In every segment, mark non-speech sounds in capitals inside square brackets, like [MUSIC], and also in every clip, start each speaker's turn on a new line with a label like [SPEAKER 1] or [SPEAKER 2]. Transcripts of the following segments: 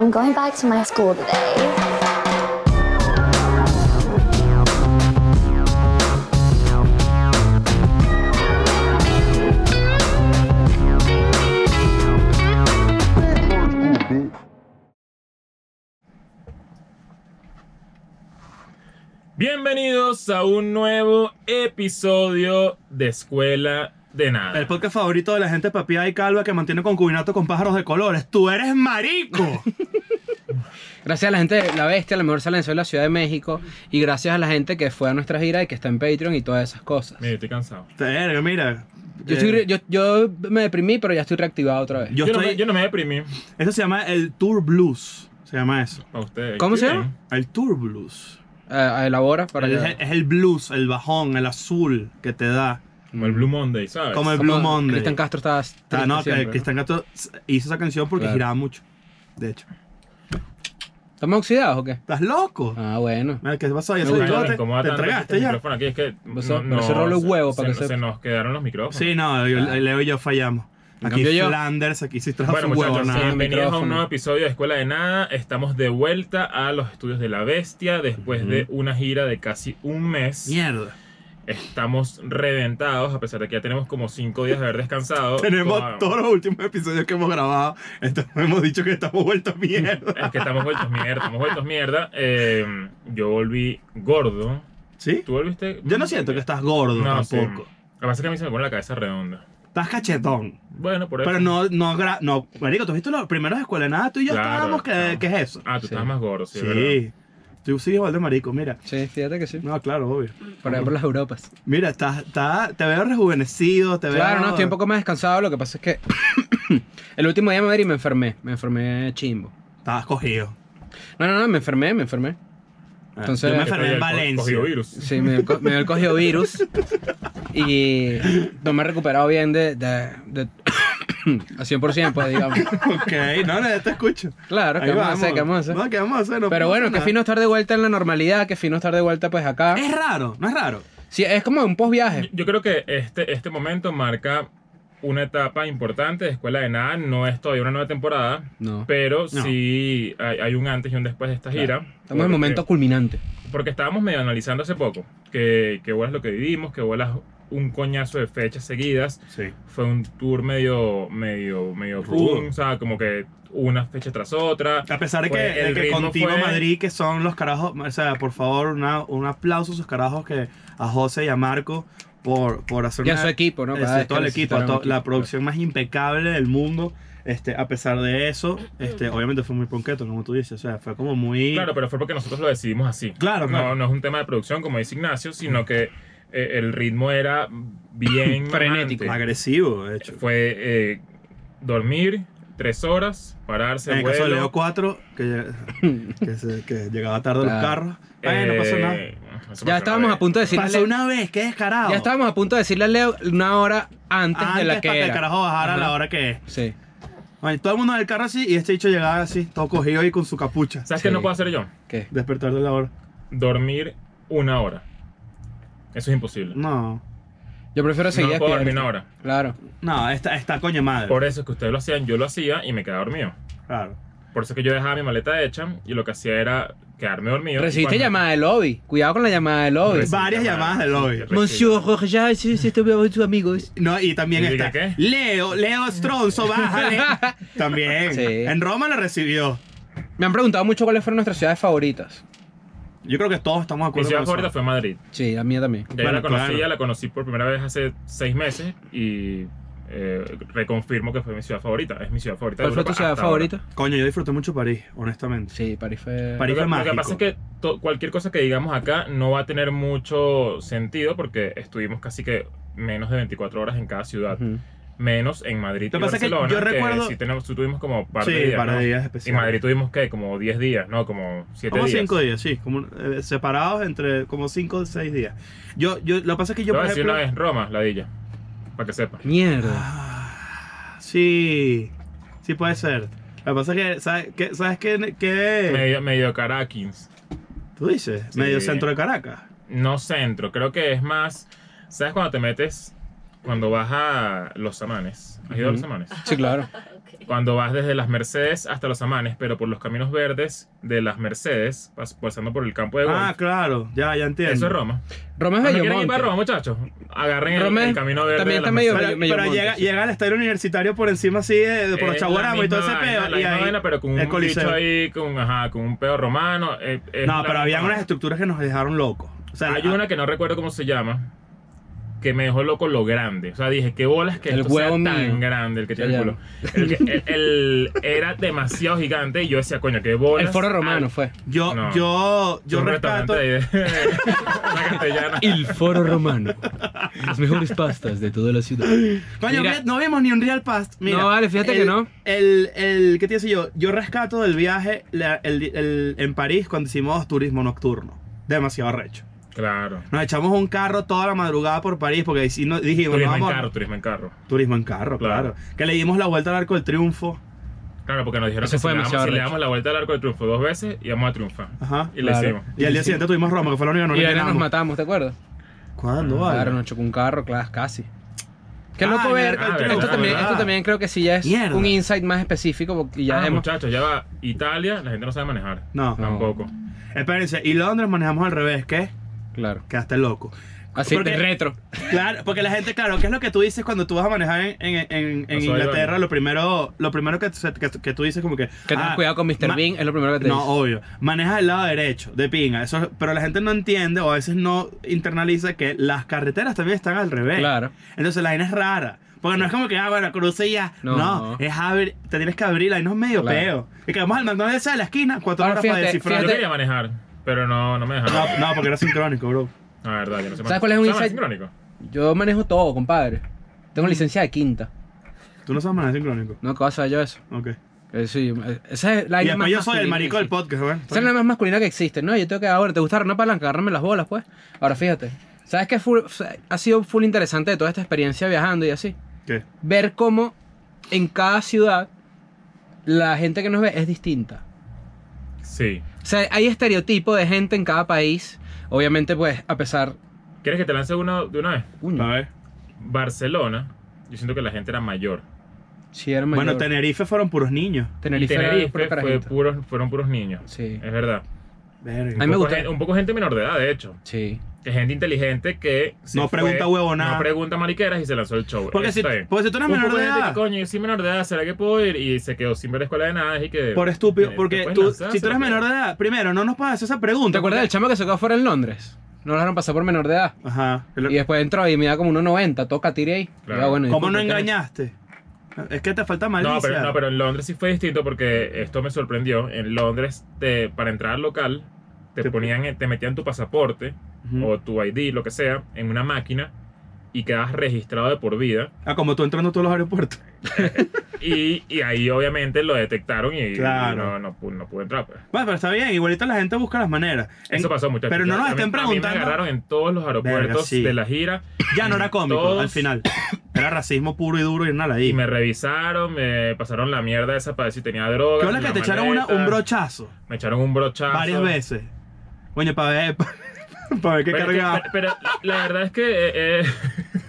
[SPEAKER 1] I'm going back to my school today.
[SPEAKER 2] Bienvenidos a un nuevo episodio de Escuela de Nada.
[SPEAKER 3] El podcast favorito de la gente papiada y calva que mantiene concubinato con pájaros de colores. ¡Tú eres marico!
[SPEAKER 4] Gracias a la gente de La Bestia, la mejor sala en la Ciudad de México. Y gracias a la gente que fue a nuestra gira y que está en Patreon y todas esas cosas.
[SPEAKER 2] Mira, estoy cansado.
[SPEAKER 3] Verga, mira.
[SPEAKER 4] Yo,
[SPEAKER 3] Eh,
[SPEAKER 4] estoy- yo, yo me deprimí, pero ya estoy reactivado otra vez.
[SPEAKER 2] Yo,
[SPEAKER 3] yo
[SPEAKER 2] no,
[SPEAKER 3] estoy...
[SPEAKER 2] me, yo no me deprimí
[SPEAKER 3] Eso se llama el Tour Blues. Se llama eso.
[SPEAKER 2] a ustedes.
[SPEAKER 4] ¿Cómo
[SPEAKER 2] Qué
[SPEAKER 4] se
[SPEAKER 2] bien.
[SPEAKER 4] llama?
[SPEAKER 3] El Tour Blues.
[SPEAKER 4] Eh, elabora para
[SPEAKER 3] El-
[SPEAKER 4] que-
[SPEAKER 3] es, el, es el blues, el bajón, el azul que te da.
[SPEAKER 2] Como el Blue Monday, ¿sabes?
[SPEAKER 3] Como el
[SPEAKER 4] Como
[SPEAKER 3] Blue Monday.
[SPEAKER 4] Cristian Castro estaba
[SPEAKER 3] Ah,
[SPEAKER 4] triste
[SPEAKER 3] no, que-
[SPEAKER 4] siempre,
[SPEAKER 3] que Cristian Castro hizo esa canción porque
[SPEAKER 4] Claro.
[SPEAKER 3] giraba mucho. De hecho.
[SPEAKER 4] ¿Estamos oxidados o qué?
[SPEAKER 3] ¿Estás loco?
[SPEAKER 4] Ah, bueno.
[SPEAKER 3] Mira, ¿Qué pasó? Ya
[SPEAKER 2] Me
[SPEAKER 3] se
[SPEAKER 2] gusta
[SPEAKER 3] dijo,
[SPEAKER 2] que me
[SPEAKER 3] te,
[SPEAKER 2] incomoda
[SPEAKER 3] te
[SPEAKER 2] tanto
[SPEAKER 3] entregaste
[SPEAKER 2] este
[SPEAKER 3] ya.
[SPEAKER 2] micrófono aquí, es que
[SPEAKER 4] Por eso-
[SPEAKER 2] no-
[SPEAKER 4] por eso rolo el
[SPEAKER 2] se-
[SPEAKER 4] huevo,
[SPEAKER 2] se,
[SPEAKER 4] para que
[SPEAKER 2] se,
[SPEAKER 4] sepa.
[SPEAKER 2] nos quedaron los micrófonos.
[SPEAKER 3] Sí, no, yo- Leo y yo fallamos.
[SPEAKER 4] En
[SPEAKER 3] Aquí
[SPEAKER 4] cambio yo-
[SPEAKER 3] Flanders, aquí se trajo
[SPEAKER 2] Bueno,
[SPEAKER 3] su
[SPEAKER 2] muchachos,
[SPEAKER 3] huevonada.
[SPEAKER 4] sí.
[SPEAKER 2] bienvenidos a un
[SPEAKER 4] Micrófono.
[SPEAKER 2] nuevo episodio de Escuela de Nada. Estamos de vuelta a los estudios de La Bestia después de una gira de casi un mes.
[SPEAKER 3] Mierda.
[SPEAKER 2] Estamos reventados, a pesar de que ya tenemos como cinco días de haber descansado.
[SPEAKER 3] Tenemos
[SPEAKER 2] Como-
[SPEAKER 3] todos los últimos episodios que hemos grabado. Entonces, hemos dicho que estamos vueltos mierda.
[SPEAKER 2] Es que estamos vueltos mierda, estamos vueltos mierda. Eh, yo volví gordo.
[SPEAKER 3] ¿Sí?
[SPEAKER 2] ¿Tú volviste?
[SPEAKER 3] Yo no siento que estás gordo
[SPEAKER 2] No, sí.
[SPEAKER 3] tampoco.
[SPEAKER 2] Lo que pasa es que a mí se me pone la cabeza redonda.
[SPEAKER 3] Estás cachetón.
[SPEAKER 2] Bueno, por eso.
[SPEAKER 3] Pero no, no, gra- no. Marico, ¿tú has visto los primeros de escuela de nada? Tú y yo
[SPEAKER 2] Claro,
[SPEAKER 3] estábamos, que,
[SPEAKER 2] claro.
[SPEAKER 3] ¿qué es eso?
[SPEAKER 2] Ah, tú
[SPEAKER 4] Sí.
[SPEAKER 2] estabas más gordo, sí,
[SPEAKER 3] sí.
[SPEAKER 2] es ¿verdad?
[SPEAKER 3] Tú sigues igual de marico, mira.
[SPEAKER 4] Sí, fíjate que sí.
[SPEAKER 3] No, claro, obvio.
[SPEAKER 4] Por ejemplo, las Europas.
[SPEAKER 3] Mira, estás, estás- te veo rejuvenecido, te veo...
[SPEAKER 4] Claro, no, estoy un poco más descansado. Lo que pasa es que [COUGHS] el último día me abrí y me enfermé. Me enfermé chimbo.
[SPEAKER 3] Estabas cogido.
[SPEAKER 4] No, no, no, me enfermé, me enfermé. Entonces-
[SPEAKER 3] Ah, yo me
[SPEAKER 4] Yo
[SPEAKER 3] enfermé en
[SPEAKER 2] Yo cogí
[SPEAKER 3] Valencia.
[SPEAKER 2] virus.
[SPEAKER 4] Sí, me, co- me dio el cogido virus y no me he recuperado bien de, de, de- [COUGHS] a 100%, pues,
[SPEAKER 3] [LAUGHS]
[SPEAKER 4] digamos.
[SPEAKER 3] Ok, no, no, ya te escucho.
[SPEAKER 4] Claro,
[SPEAKER 3] Ahí
[SPEAKER 4] ¿qué vamos a hacer? ¿Qué vamos a hacer?
[SPEAKER 3] No, ¿qué vamos a hacer? No
[SPEAKER 4] Pero
[SPEAKER 3] puedo
[SPEAKER 4] bueno,
[SPEAKER 3] hacer
[SPEAKER 4] qué
[SPEAKER 3] nada.
[SPEAKER 4] fino estar de vuelta en la normalidad, qué fino estar de vuelta, pues, acá.
[SPEAKER 3] Es raro, no es raro.
[SPEAKER 4] Sí, es como un post-viaje.
[SPEAKER 2] Yo creo que este, este momento marca una etapa importante de Escuela de Nada. No es todavía una nueva temporada,
[SPEAKER 4] No.
[SPEAKER 2] pero sí hay, hay un antes y un después de esta gira.
[SPEAKER 4] Estamos en el momento culminante.
[SPEAKER 2] Porque estábamos medio analizando hace poco que, que bolas lo que vivimos, que bolas un coñazo de fechas seguidas.
[SPEAKER 3] Sí.
[SPEAKER 2] Fue un tour medio, medio, medio
[SPEAKER 3] Rudo.
[SPEAKER 2] pum, o sea, como que una fecha tras otra.
[SPEAKER 3] A pesar de que,
[SPEAKER 2] Fue-
[SPEAKER 3] de
[SPEAKER 2] el
[SPEAKER 3] que
[SPEAKER 2] ritmo
[SPEAKER 3] contigo
[SPEAKER 2] fue-
[SPEAKER 3] Madrid, que son los carajos, o sea, por favor, una- un aplauso a esos carajos que a José y a Marco por, por hacer
[SPEAKER 4] Y a
[SPEAKER 3] una-
[SPEAKER 4] su equipo, ¿no?
[SPEAKER 3] eh,
[SPEAKER 4] Cada vez
[SPEAKER 3] todo
[SPEAKER 4] que
[SPEAKER 3] el equipo,
[SPEAKER 4] necesitaron
[SPEAKER 3] to-
[SPEAKER 4] un
[SPEAKER 3] la
[SPEAKER 4] equipo.
[SPEAKER 3] producción más impecable del mundo. Este, a pesar de eso, este, obviamente fue muy ponqueto, como tú dices, o sea, fue como muy...
[SPEAKER 2] Mm. Claro, pero fue porque nosotros lo decidimos así.
[SPEAKER 3] Claro, claro.
[SPEAKER 2] No, no es un tema de producción, como dice Ignacio, sino que eh, el ritmo era
[SPEAKER 3] [CLEARS THROAT]
[SPEAKER 2] bien
[SPEAKER 4] Frenético.
[SPEAKER 2] mamante.
[SPEAKER 3] agresivo, de hecho.
[SPEAKER 2] Fue eh, dormir tres horas, pararse,
[SPEAKER 3] en el caso de
[SPEAKER 2] vuelo,
[SPEAKER 3] Leo 4, que,
[SPEAKER 4] [LAUGHS]
[SPEAKER 3] lleg- que, se- que llegaba tarde a los
[SPEAKER 4] Claro.
[SPEAKER 3] carros. Ay, no pasó
[SPEAKER 2] eh,
[SPEAKER 3] nada.
[SPEAKER 2] eso pasó
[SPEAKER 4] Ya estábamos
[SPEAKER 2] una
[SPEAKER 4] a punto de
[SPEAKER 2] vez.
[SPEAKER 4] decirle...
[SPEAKER 3] Pasó una vez, qué descarado.
[SPEAKER 4] Ya estábamos a punto de decirle a Leo una hora antes,
[SPEAKER 3] Antes
[SPEAKER 4] de la que
[SPEAKER 3] para que el
[SPEAKER 4] era.
[SPEAKER 3] carajo bajara a
[SPEAKER 4] Ajá.
[SPEAKER 3] la hora que es.
[SPEAKER 4] Sí.
[SPEAKER 3] Bueno, todo el mundo en el carro así y este dicho llegaba así, todo cogido y con su capucha.
[SPEAKER 2] ¿Sabes
[SPEAKER 4] Sí.
[SPEAKER 2] qué no puedo hacer yo?
[SPEAKER 4] ¿Qué?
[SPEAKER 3] Despertar de la hora.
[SPEAKER 2] Dormir una hora. Eso es imposible.
[SPEAKER 3] No.
[SPEAKER 4] Yo prefiero seguir
[SPEAKER 2] no puedo dormir
[SPEAKER 4] despierto.
[SPEAKER 2] una hora.
[SPEAKER 4] Claro.
[SPEAKER 3] No, esta, esta coña madre.
[SPEAKER 2] Por eso es que ustedes lo hacían, yo lo hacía y me quedaba dormido.
[SPEAKER 3] Claro.
[SPEAKER 2] Por eso es que yo dejaba mi maleta hecha y lo que hacía era quedarme dormido.
[SPEAKER 4] Recibiste
[SPEAKER 2] Y cuando-
[SPEAKER 4] llamada del lobby. Cuidado con la llamada del lobby.
[SPEAKER 2] Recibí
[SPEAKER 3] Varias llamadas del lobby.
[SPEAKER 2] Recibí.
[SPEAKER 4] Monsieur Jorge, ya sí, sí, este estoy con tus amigos.
[SPEAKER 3] No, y también
[SPEAKER 2] ¿Y dije
[SPEAKER 3] está.
[SPEAKER 2] qué?
[SPEAKER 3] Leo, Leo
[SPEAKER 2] [LAUGHS]
[SPEAKER 3] Stronzo, bájale. también.
[SPEAKER 4] Sí.
[SPEAKER 3] En Roma lo recibió.
[SPEAKER 4] Me han preguntado mucho cuáles fueron nuestras ciudades favoritas.
[SPEAKER 3] Yo creo que todos estamos de
[SPEAKER 2] Mi
[SPEAKER 3] acuerdo
[SPEAKER 2] ciudad
[SPEAKER 3] con
[SPEAKER 2] favorita
[SPEAKER 3] eso.
[SPEAKER 2] fue Madrid.
[SPEAKER 4] Sí, la mía también.
[SPEAKER 2] Ya yo
[SPEAKER 3] Bueno,
[SPEAKER 2] la conocía,
[SPEAKER 3] claro.
[SPEAKER 2] la conocí por primera vez hace seis meses y eh, reconfirmo que fue mi ciudad favorita. Es mi ciudad favorita. de
[SPEAKER 4] ¿Cuál fue tu
[SPEAKER 2] Europa
[SPEAKER 4] ciudad
[SPEAKER 2] hasta ahora.
[SPEAKER 4] favorita?
[SPEAKER 3] Coño, yo disfruté mucho París, honestamente.
[SPEAKER 4] Sí, París fue.
[SPEAKER 2] Lo que,
[SPEAKER 3] París. fue
[SPEAKER 2] lo que
[SPEAKER 3] mágico.
[SPEAKER 2] pasa es que to- cualquier cosa que digamos acá no va a tener mucho sentido porque estuvimos casi que menos de 24 horas en cada ciudad.
[SPEAKER 4] Ujú.
[SPEAKER 2] Menos en Madrid
[SPEAKER 3] Lo
[SPEAKER 2] y
[SPEAKER 3] que pasa es que
[SPEAKER 2] Barcelona,
[SPEAKER 3] yo recuerdo-
[SPEAKER 2] sí tenemos, sí tuvimos como par de
[SPEAKER 3] Sí,
[SPEAKER 2] días,
[SPEAKER 3] par de
[SPEAKER 2] ¿no?
[SPEAKER 3] días
[SPEAKER 2] Y
[SPEAKER 3] especiales.
[SPEAKER 2] Madrid tuvimos, ¿qué? Como 10 días, ¿no? Como 7
[SPEAKER 3] Como
[SPEAKER 2] días.
[SPEAKER 3] cinco días, sí. Como, eh, separados entre como cinco o seis días. Yo, yo, lo que pasa es que
[SPEAKER 2] Te
[SPEAKER 3] yo,
[SPEAKER 2] voy
[SPEAKER 3] por
[SPEAKER 2] a decir
[SPEAKER 3] ejemplo.
[SPEAKER 2] una vez, Roma, la villa, para que sepas.
[SPEAKER 4] Mierda.
[SPEAKER 3] Ah, Sí. Sí puede ser. Lo que pasa es que, ¿sabes qué? ¿Sabes qué? qué-
[SPEAKER 2] Medio, medio Caracas.
[SPEAKER 3] ¿Tú dices?
[SPEAKER 2] Sí.
[SPEAKER 3] Medio centro de Caracas.
[SPEAKER 2] No centro, creo que es más. ¿Sabes cuando te metes? Cuando vas a Los Samanes. ¿Has ido a Los Samanes?
[SPEAKER 4] Ah. Sí, claro.
[SPEAKER 2] cuando vas desde las Mercedes hasta los Amanes, pero por los caminos verdes de las Mercedes, pas- pasando por el campo de golf.
[SPEAKER 3] Ah, claro, ya, ya entiendo.
[SPEAKER 2] Eso es Roma. Ah,
[SPEAKER 4] Roma es
[SPEAKER 2] Cuando
[SPEAKER 4] Bellomonte.
[SPEAKER 2] quieran ir para Roma, muchachos, agarren el-
[SPEAKER 4] Roma
[SPEAKER 2] el,
[SPEAKER 4] es-
[SPEAKER 2] camino verde.
[SPEAKER 4] también
[SPEAKER 2] de las
[SPEAKER 4] está medio-
[SPEAKER 2] Mercedes.
[SPEAKER 3] Pero,
[SPEAKER 4] Bello-
[SPEAKER 3] pero llega,
[SPEAKER 4] Bellomonte,
[SPEAKER 3] llega al estadio universitario por encima así, de, por los
[SPEAKER 2] Es
[SPEAKER 3] chaguaramos
[SPEAKER 2] la
[SPEAKER 3] y todo ese
[SPEAKER 2] misma
[SPEAKER 3] pedo.
[SPEAKER 2] vaina, la
[SPEAKER 3] y
[SPEAKER 2] misma
[SPEAKER 3] ahí-
[SPEAKER 2] vaina, pero con un
[SPEAKER 3] el
[SPEAKER 2] bicho
[SPEAKER 3] coliseo.
[SPEAKER 2] ahí, con, ajá, con un pedo romano. eh, es la
[SPEAKER 3] No, pero había
[SPEAKER 2] misma
[SPEAKER 3] unas
[SPEAKER 2] vaina.
[SPEAKER 3] estructuras que nos dejaron locos. O sea,
[SPEAKER 2] Hay una que no recuerdo cómo se llama, que me dejó loco lo grande. O sea, dije, qué bolas que
[SPEAKER 4] El
[SPEAKER 2] esto sea
[SPEAKER 4] huevo mío.
[SPEAKER 2] tan grande el que
[SPEAKER 4] Se
[SPEAKER 2] tiene el culo.
[SPEAKER 4] llama.
[SPEAKER 2] El que- el- el- era demasiado gigante y yo decía, coño, qué bolas.
[SPEAKER 4] El foro
[SPEAKER 2] Ah,
[SPEAKER 4] romano fue.
[SPEAKER 3] yo,
[SPEAKER 2] no.
[SPEAKER 3] yo, yo
[SPEAKER 2] un
[SPEAKER 3] rescato.
[SPEAKER 2] restaurante ahí de- [LAUGHS] la castellana.
[SPEAKER 4] Ah. El foro romano. Las mejores pastas de toda la ciudad.
[SPEAKER 3] Coño,
[SPEAKER 4] Mira.
[SPEAKER 3] ve- no vimos ni un Real Past. Mira,
[SPEAKER 4] No, vale, fíjate
[SPEAKER 3] el-
[SPEAKER 4] que no.
[SPEAKER 3] El, el, ¿qué te decía yo? Yo rescato del viaje la- el- el- en París cuando hicimos turismo nocturno. Demasiado recho.
[SPEAKER 2] Claro.
[SPEAKER 3] Nos echamos un carro toda la madrugada por París porque ahí sí nos dijimos,
[SPEAKER 2] Turismo
[SPEAKER 3] no,
[SPEAKER 2] en
[SPEAKER 3] vamos-
[SPEAKER 2] carro, turismo en carro.
[SPEAKER 3] Turismo en carro, claro.
[SPEAKER 2] Claro.
[SPEAKER 3] Que le dimos la vuelta al Arco del Triunfo.
[SPEAKER 2] Claro, porque nos dijeron
[SPEAKER 4] Eso
[SPEAKER 2] que
[SPEAKER 4] fue
[SPEAKER 2] si, le damos,
[SPEAKER 4] demasiado
[SPEAKER 2] si le
[SPEAKER 4] arrecho.
[SPEAKER 2] damos la vuelta al arco de triunfo dos veces, íbamos a triunfar.
[SPEAKER 3] Ajá.
[SPEAKER 2] Y le
[SPEAKER 4] Claro.
[SPEAKER 2] hicimos.
[SPEAKER 3] Y al día siguiente tuvimos Roma, que fue la única
[SPEAKER 4] Y
[SPEAKER 3] que
[SPEAKER 4] ahora
[SPEAKER 3] no
[SPEAKER 4] nos
[SPEAKER 3] nos
[SPEAKER 4] matamos, ¿te acuerdas?
[SPEAKER 3] ¿Cuándo, vale?
[SPEAKER 4] Claro, nos chocó un carro, claro, casi. Qué
[SPEAKER 3] Ah,
[SPEAKER 4] loco
[SPEAKER 3] en el
[SPEAKER 4] ver.
[SPEAKER 3] Arco del
[SPEAKER 2] Ah,
[SPEAKER 4] esto,
[SPEAKER 2] verdad,
[SPEAKER 4] también,
[SPEAKER 3] verdad.
[SPEAKER 4] esto también creo que sí ya es
[SPEAKER 3] Mierda.
[SPEAKER 4] un insight más específico porque ya
[SPEAKER 2] ah,
[SPEAKER 4] hemos.
[SPEAKER 2] muchachos, ya va. Italia, la gente no sabe manejar.
[SPEAKER 3] No.
[SPEAKER 4] pues. No.
[SPEAKER 2] Tampoco.
[SPEAKER 3] Espérense, y Londres manejamos al revés, ¿qué?
[SPEAKER 4] Claro.
[SPEAKER 3] Quedaste loco.
[SPEAKER 4] Así
[SPEAKER 3] Porque-
[SPEAKER 4] de retro.
[SPEAKER 3] Claro, porque la gente, claro, ¿qué es lo que tú dices cuando tú vas a manejar en, en- en- en
[SPEAKER 2] Eso ahí
[SPEAKER 3] Inglaterra?
[SPEAKER 2] vale.
[SPEAKER 3] Lo primero, lo primero que, se- que, que tú dices como que...
[SPEAKER 4] Que tengas
[SPEAKER 3] ah,
[SPEAKER 4] cuidado con Mr.
[SPEAKER 3] ma-
[SPEAKER 4] Bean es lo primero que te
[SPEAKER 3] No,
[SPEAKER 4] dice.
[SPEAKER 3] obvio. Manejas el lado derecho, de pinga. Eso, pero la gente no entiende o a veces no internaliza que las carreteras también están al revés.
[SPEAKER 4] Claro.
[SPEAKER 3] Entonces la vaina es rara. Porque no es como que, ah, bueno, cruce y ya. No,
[SPEAKER 4] No.
[SPEAKER 3] es abrir, te tienes que abrir, ahí no es medio
[SPEAKER 4] Claro.
[SPEAKER 3] peo. Y que vamos al McDonald's de la esquina, cuatro
[SPEAKER 4] Ahora,
[SPEAKER 3] horas para
[SPEAKER 4] fíjate,
[SPEAKER 3] descifrar.
[SPEAKER 2] Yo
[SPEAKER 4] fíjate-
[SPEAKER 2] quería manejar, pero no, no me dejaron.
[SPEAKER 3] No, no, porque era sincrónico, bro.
[SPEAKER 2] La verdad, yo no sé
[SPEAKER 4] ¿Sabes cuál es un
[SPEAKER 2] ¿Sabes
[SPEAKER 4] insight?
[SPEAKER 2] sincrónico?
[SPEAKER 4] Yo manejo todo, compadre.
[SPEAKER 3] Mm.
[SPEAKER 4] Tengo licencia de quinta.
[SPEAKER 3] Tú no sabes manejar sincrónico.
[SPEAKER 4] No, ¿qué vas a saber yo eso?
[SPEAKER 3] Ok.
[SPEAKER 4] Que sí, eh, esa es la
[SPEAKER 3] Y
[SPEAKER 4] vaina
[SPEAKER 3] después yo
[SPEAKER 4] más
[SPEAKER 3] soy el
[SPEAKER 4] masculina
[SPEAKER 3] marico
[SPEAKER 4] que
[SPEAKER 3] del
[SPEAKER 4] existe.
[SPEAKER 3] podcast, güey.
[SPEAKER 4] Esa es la más masculina que existe, ¿no? Yo tengo que, ah, bueno, ¿te gusta una palanca? Agarrarme las bolas, pues. Ahora fíjate. ¿Sabes qué full- ha sido full interesante de toda esta experiencia viajando y así?
[SPEAKER 3] ¿Qué?
[SPEAKER 4] ver cómo en cada ciudad la gente que nos ve es distinta.
[SPEAKER 2] Sí.
[SPEAKER 4] O sea, hay estereotipo de gente en cada país. Obviamente, pues, a pesar.
[SPEAKER 2] ¿Quieres que te lance uno de una vez?
[SPEAKER 4] Uy,
[SPEAKER 3] A ver.
[SPEAKER 2] Barcelona, yo siento que la gente era mayor.
[SPEAKER 4] sí, era mayor.
[SPEAKER 3] Bueno, Tenerife fueron puros niños.
[SPEAKER 4] Tenerife,
[SPEAKER 2] y
[SPEAKER 4] era
[SPEAKER 2] Tenerife
[SPEAKER 4] puro
[SPEAKER 2] fue
[SPEAKER 4] carajito.
[SPEAKER 2] puros- fueron puros niños.
[SPEAKER 4] Sí.
[SPEAKER 2] Es verdad.
[SPEAKER 3] Verga.
[SPEAKER 4] A mí me
[SPEAKER 2] Poco
[SPEAKER 4] gusta-
[SPEAKER 2] gente- un poco gente menor de edad, de hecho.
[SPEAKER 4] Sí.
[SPEAKER 2] Que gente inteligente que. se
[SPEAKER 3] No pregunta huevonada.
[SPEAKER 2] No pregunta mariqueras y se lanzó el show.
[SPEAKER 3] Porque si,
[SPEAKER 2] Está bien.
[SPEAKER 3] porque si tú eres
[SPEAKER 2] Un
[SPEAKER 3] menor
[SPEAKER 2] poco
[SPEAKER 3] de
[SPEAKER 2] gente que,
[SPEAKER 3] edad,
[SPEAKER 2] coño, yo soy menor de edad, ¿será que puedo ir? Y se quedó sin ver la escuela de nada. Y que,
[SPEAKER 3] por
[SPEAKER 2] Eh,
[SPEAKER 3] estúpido,
[SPEAKER 2] Te- te
[SPEAKER 3] porque
[SPEAKER 2] puedes
[SPEAKER 3] tú,
[SPEAKER 2] lanzar,
[SPEAKER 3] si
[SPEAKER 2] se
[SPEAKER 3] tú eres
[SPEAKER 2] puede.
[SPEAKER 3] menor de edad, primero, no nos puedes hacer esa pregunta.
[SPEAKER 4] ¿Te acuerdas del chamo que se quedó fuera en Londres? No lo dejaron pasar por menor de edad.
[SPEAKER 3] Ajá.
[SPEAKER 4] Y después entró y me da como 1.90, toca, tire ahí.
[SPEAKER 2] Claro.
[SPEAKER 4] Ya, bueno,
[SPEAKER 3] ¿Cómo
[SPEAKER 4] disculpa,
[SPEAKER 3] no
[SPEAKER 4] ¿qué?
[SPEAKER 3] engañaste? Es que te falta malicia.
[SPEAKER 2] No pero, no, pero en Londres sí fue distinto porque esto me sorprendió. En Londres, te- para entrar al local, te,
[SPEAKER 3] Te-
[SPEAKER 2] ponían, te metían tu pasaporte
[SPEAKER 3] Ujú.
[SPEAKER 2] o tu ID, lo que sea, en una máquina y quedabas registrado de por vida.
[SPEAKER 3] Ah, como tú entrando a todos los aeropuertos.
[SPEAKER 2] Y, y ahí obviamente lo detectaron y, y
[SPEAKER 3] Claro.
[SPEAKER 2] no, no, pu- no pude entrar. pues.
[SPEAKER 3] Bueno, pero está bien, igualito la gente busca las maneras. En-
[SPEAKER 2] Eso pasó, muchachos.
[SPEAKER 3] pero no
[SPEAKER 2] Yo-
[SPEAKER 3] nos
[SPEAKER 2] a mí-
[SPEAKER 3] estén
[SPEAKER 2] A mí
[SPEAKER 3] preguntando-
[SPEAKER 2] me agarraron en todos los aeropuertos
[SPEAKER 3] Verga, sí.
[SPEAKER 2] de la gira
[SPEAKER 3] Ya no era cómicos
[SPEAKER 2] Todos-
[SPEAKER 3] al final. Era racismo puro y duro y nada
[SPEAKER 2] [LAUGHS]
[SPEAKER 3] ahí.
[SPEAKER 2] y me revisaron, me pasaron la mierda esa para ver si tenía droga.
[SPEAKER 3] ¿Qué onda que te echaron una- un brochazo?
[SPEAKER 2] Me echaron un brochazo.
[SPEAKER 3] Varias veces. Coño, para ver, para ver qué
[SPEAKER 2] Pero, es que-
[SPEAKER 3] cargaba.
[SPEAKER 2] pero- pero la verdad es que. eh, [LAUGHS] eh,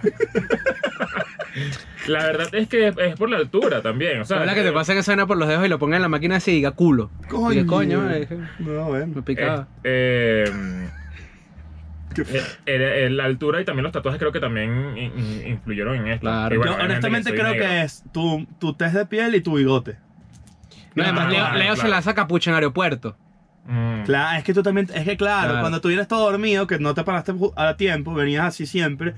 [SPEAKER 2] la verdad es que es, es por la altura también. O sea, eh,
[SPEAKER 4] ¿Verdad que te pasen esa vaina por los dedos y lo pongan en la máquina así y diga culo? Y que, coño, eh,
[SPEAKER 3] No,
[SPEAKER 4] me
[SPEAKER 3] bueno.
[SPEAKER 4] picaba.
[SPEAKER 2] eh, eh, eh, era- eh, la altura y también los tatuajes creo que también in- in- influyeron en esto.
[SPEAKER 4] Claro.
[SPEAKER 2] Y bueno,
[SPEAKER 3] Yo
[SPEAKER 2] obviamente
[SPEAKER 3] honestamente
[SPEAKER 2] soy
[SPEAKER 3] creo
[SPEAKER 2] negro.
[SPEAKER 3] que es tu, tu test de piel y tu bigote.
[SPEAKER 4] No,
[SPEAKER 3] Ah,
[SPEAKER 4] además, Leo,
[SPEAKER 2] Eh, claro,
[SPEAKER 4] Leo se
[SPEAKER 2] claro.
[SPEAKER 4] lanza capucha en aeropuerto.
[SPEAKER 2] Mm.
[SPEAKER 3] Claro, es que tú también, es que claro,
[SPEAKER 4] Claro.
[SPEAKER 3] cuando tú vienes todo dormido, que no te paraste ju- a tiempo, venías así siempre,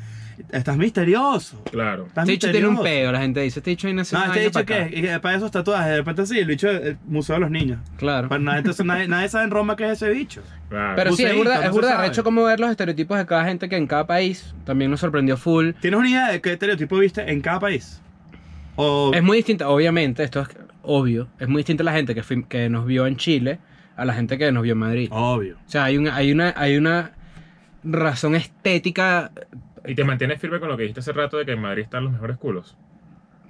[SPEAKER 3] estás misterioso.
[SPEAKER 2] Claro.
[SPEAKER 3] Estás
[SPEAKER 4] Este dicho tiene un
[SPEAKER 3] misterioso.
[SPEAKER 4] pedo, la gente dice. Este dicho ahí nació.
[SPEAKER 3] No,
[SPEAKER 4] una
[SPEAKER 3] este
[SPEAKER 4] vaina
[SPEAKER 3] dicho
[SPEAKER 4] para
[SPEAKER 3] que,
[SPEAKER 4] acá.
[SPEAKER 3] y que para esos tatuajes, de repente sí, el bicho el Museo de los Niños.
[SPEAKER 4] Claro.
[SPEAKER 3] Pero nadie, entonces nadie, nadie sabe en Roma qué es ese bicho.
[SPEAKER 2] claro.
[SPEAKER 4] Pero sí, es
[SPEAKER 3] buceísta,
[SPEAKER 4] burda,
[SPEAKER 3] no
[SPEAKER 4] es
[SPEAKER 3] se
[SPEAKER 4] burda
[SPEAKER 3] sabe.
[SPEAKER 4] arrecho como ver los estereotipos de cada gente que en cada país también nos sorprendió full.
[SPEAKER 3] ¿Tienes una idea de qué estereotipo viste en cada país? O,
[SPEAKER 4] Es muy distinta, obviamente, esto es obvio. Es muy distinta la gente que, fui- que nos vio en Chile a la gente que nos vio en Madrid.
[SPEAKER 3] Obvio.
[SPEAKER 4] O sea, hay una, hay una, hay una razón estética.
[SPEAKER 2] Y te mantienes firme con lo que dijiste hace rato de que en Madrid están los mejores culos.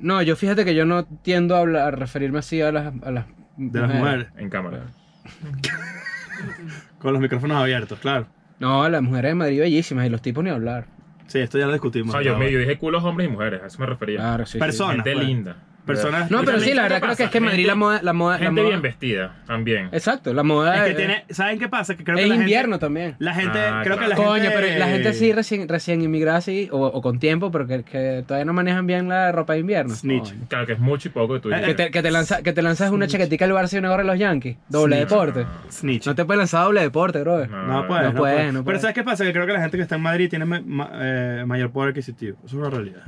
[SPEAKER 4] No, yo fíjate que yo no tiendo a, hablar- a referirme así a las, a las
[SPEAKER 3] De las mujeres.
[SPEAKER 2] En cámara.
[SPEAKER 3] Con los micrófonos abiertos, claro.
[SPEAKER 4] No, las mujeres de Madrid bellísimas y los tipos ni hablar.
[SPEAKER 3] Sí, esto ya lo
[SPEAKER 2] O
[SPEAKER 3] discutimos.
[SPEAKER 2] sea, yo,
[SPEAKER 3] Ah,
[SPEAKER 2] yo dije culos, hombres y mujeres. A eso me refería.
[SPEAKER 4] Claro, sí. sí.
[SPEAKER 3] Persona.
[SPEAKER 2] Gente
[SPEAKER 3] pues.
[SPEAKER 2] linda.
[SPEAKER 3] Personas-
[SPEAKER 4] No,
[SPEAKER 2] Y
[SPEAKER 4] pero
[SPEAKER 2] también,
[SPEAKER 4] sí,
[SPEAKER 2] ¿qué
[SPEAKER 4] la verdad creo
[SPEAKER 2] pasa?
[SPEAKER 4] que es que en Madrid
[SPEAKER 2] Gente-
[SPEAKER 4] la moda... La moda, la
[SPEAKER 2] Gente
[SPEAKER 4] moda-
[SPEAKER 2] bien vestida también.
[SPEAKER 4] Exacto, la moda...
[SPEAKER 3] Es que
[SPEAKER 4] eh,
[SPEAKER 3] tiene, ¿saben qué pasa? Que creo que
[SPEAKER 4] es
[SPEAKER 3] la gente-
[SPEAKER 4] invierno también.
[SPEAKER 3] La gente,
[SPEAKER 2] Ah,
[SPEAKER 3] creo que la
[SPEAKER 4] Coño,
[SPEAKER 3] gente...
[SPEAKER 4] pero la gente así recién, recién inmigrada así, o, o con tiempo, pero que, que todavía no manejan bien la ropa de invierno.
[SPEAKER 3] Snitch.
[SPEAKER 4] Coño.
[SPEAKER 2] Claro que es mucho y poco. y Tú
[SPEAKER 3] Eh,
[SPEAKER 2] dices,
[SPEAKER 4] Que te, que te lanza- que te lanzas una chaquetica al Barça y una gorra de los Yankees. Doble
[SPEAKER 3] Sí.
[SPEAKER 4] deporte.
[SPEAKER 3] Snitch.
[SPEAKER 4] No te puedes lanzar doble deporte, brother.
[SPEAKER 2] No,
[SPEAKER 3] No pues, puede,
[SPEAKER 4] No
[SPEAKER 3] no
[SPEAKER 4] puede,
[SPEAKER 3] puede.
[SPEAKER 4] no puede.
[SPEAKER 3] Pero ¿sabes qué pasa? Que creo que la gente que está en Madrid tiene ma- ma- eh, mayor poder adquisitivo. Eso es una realidad.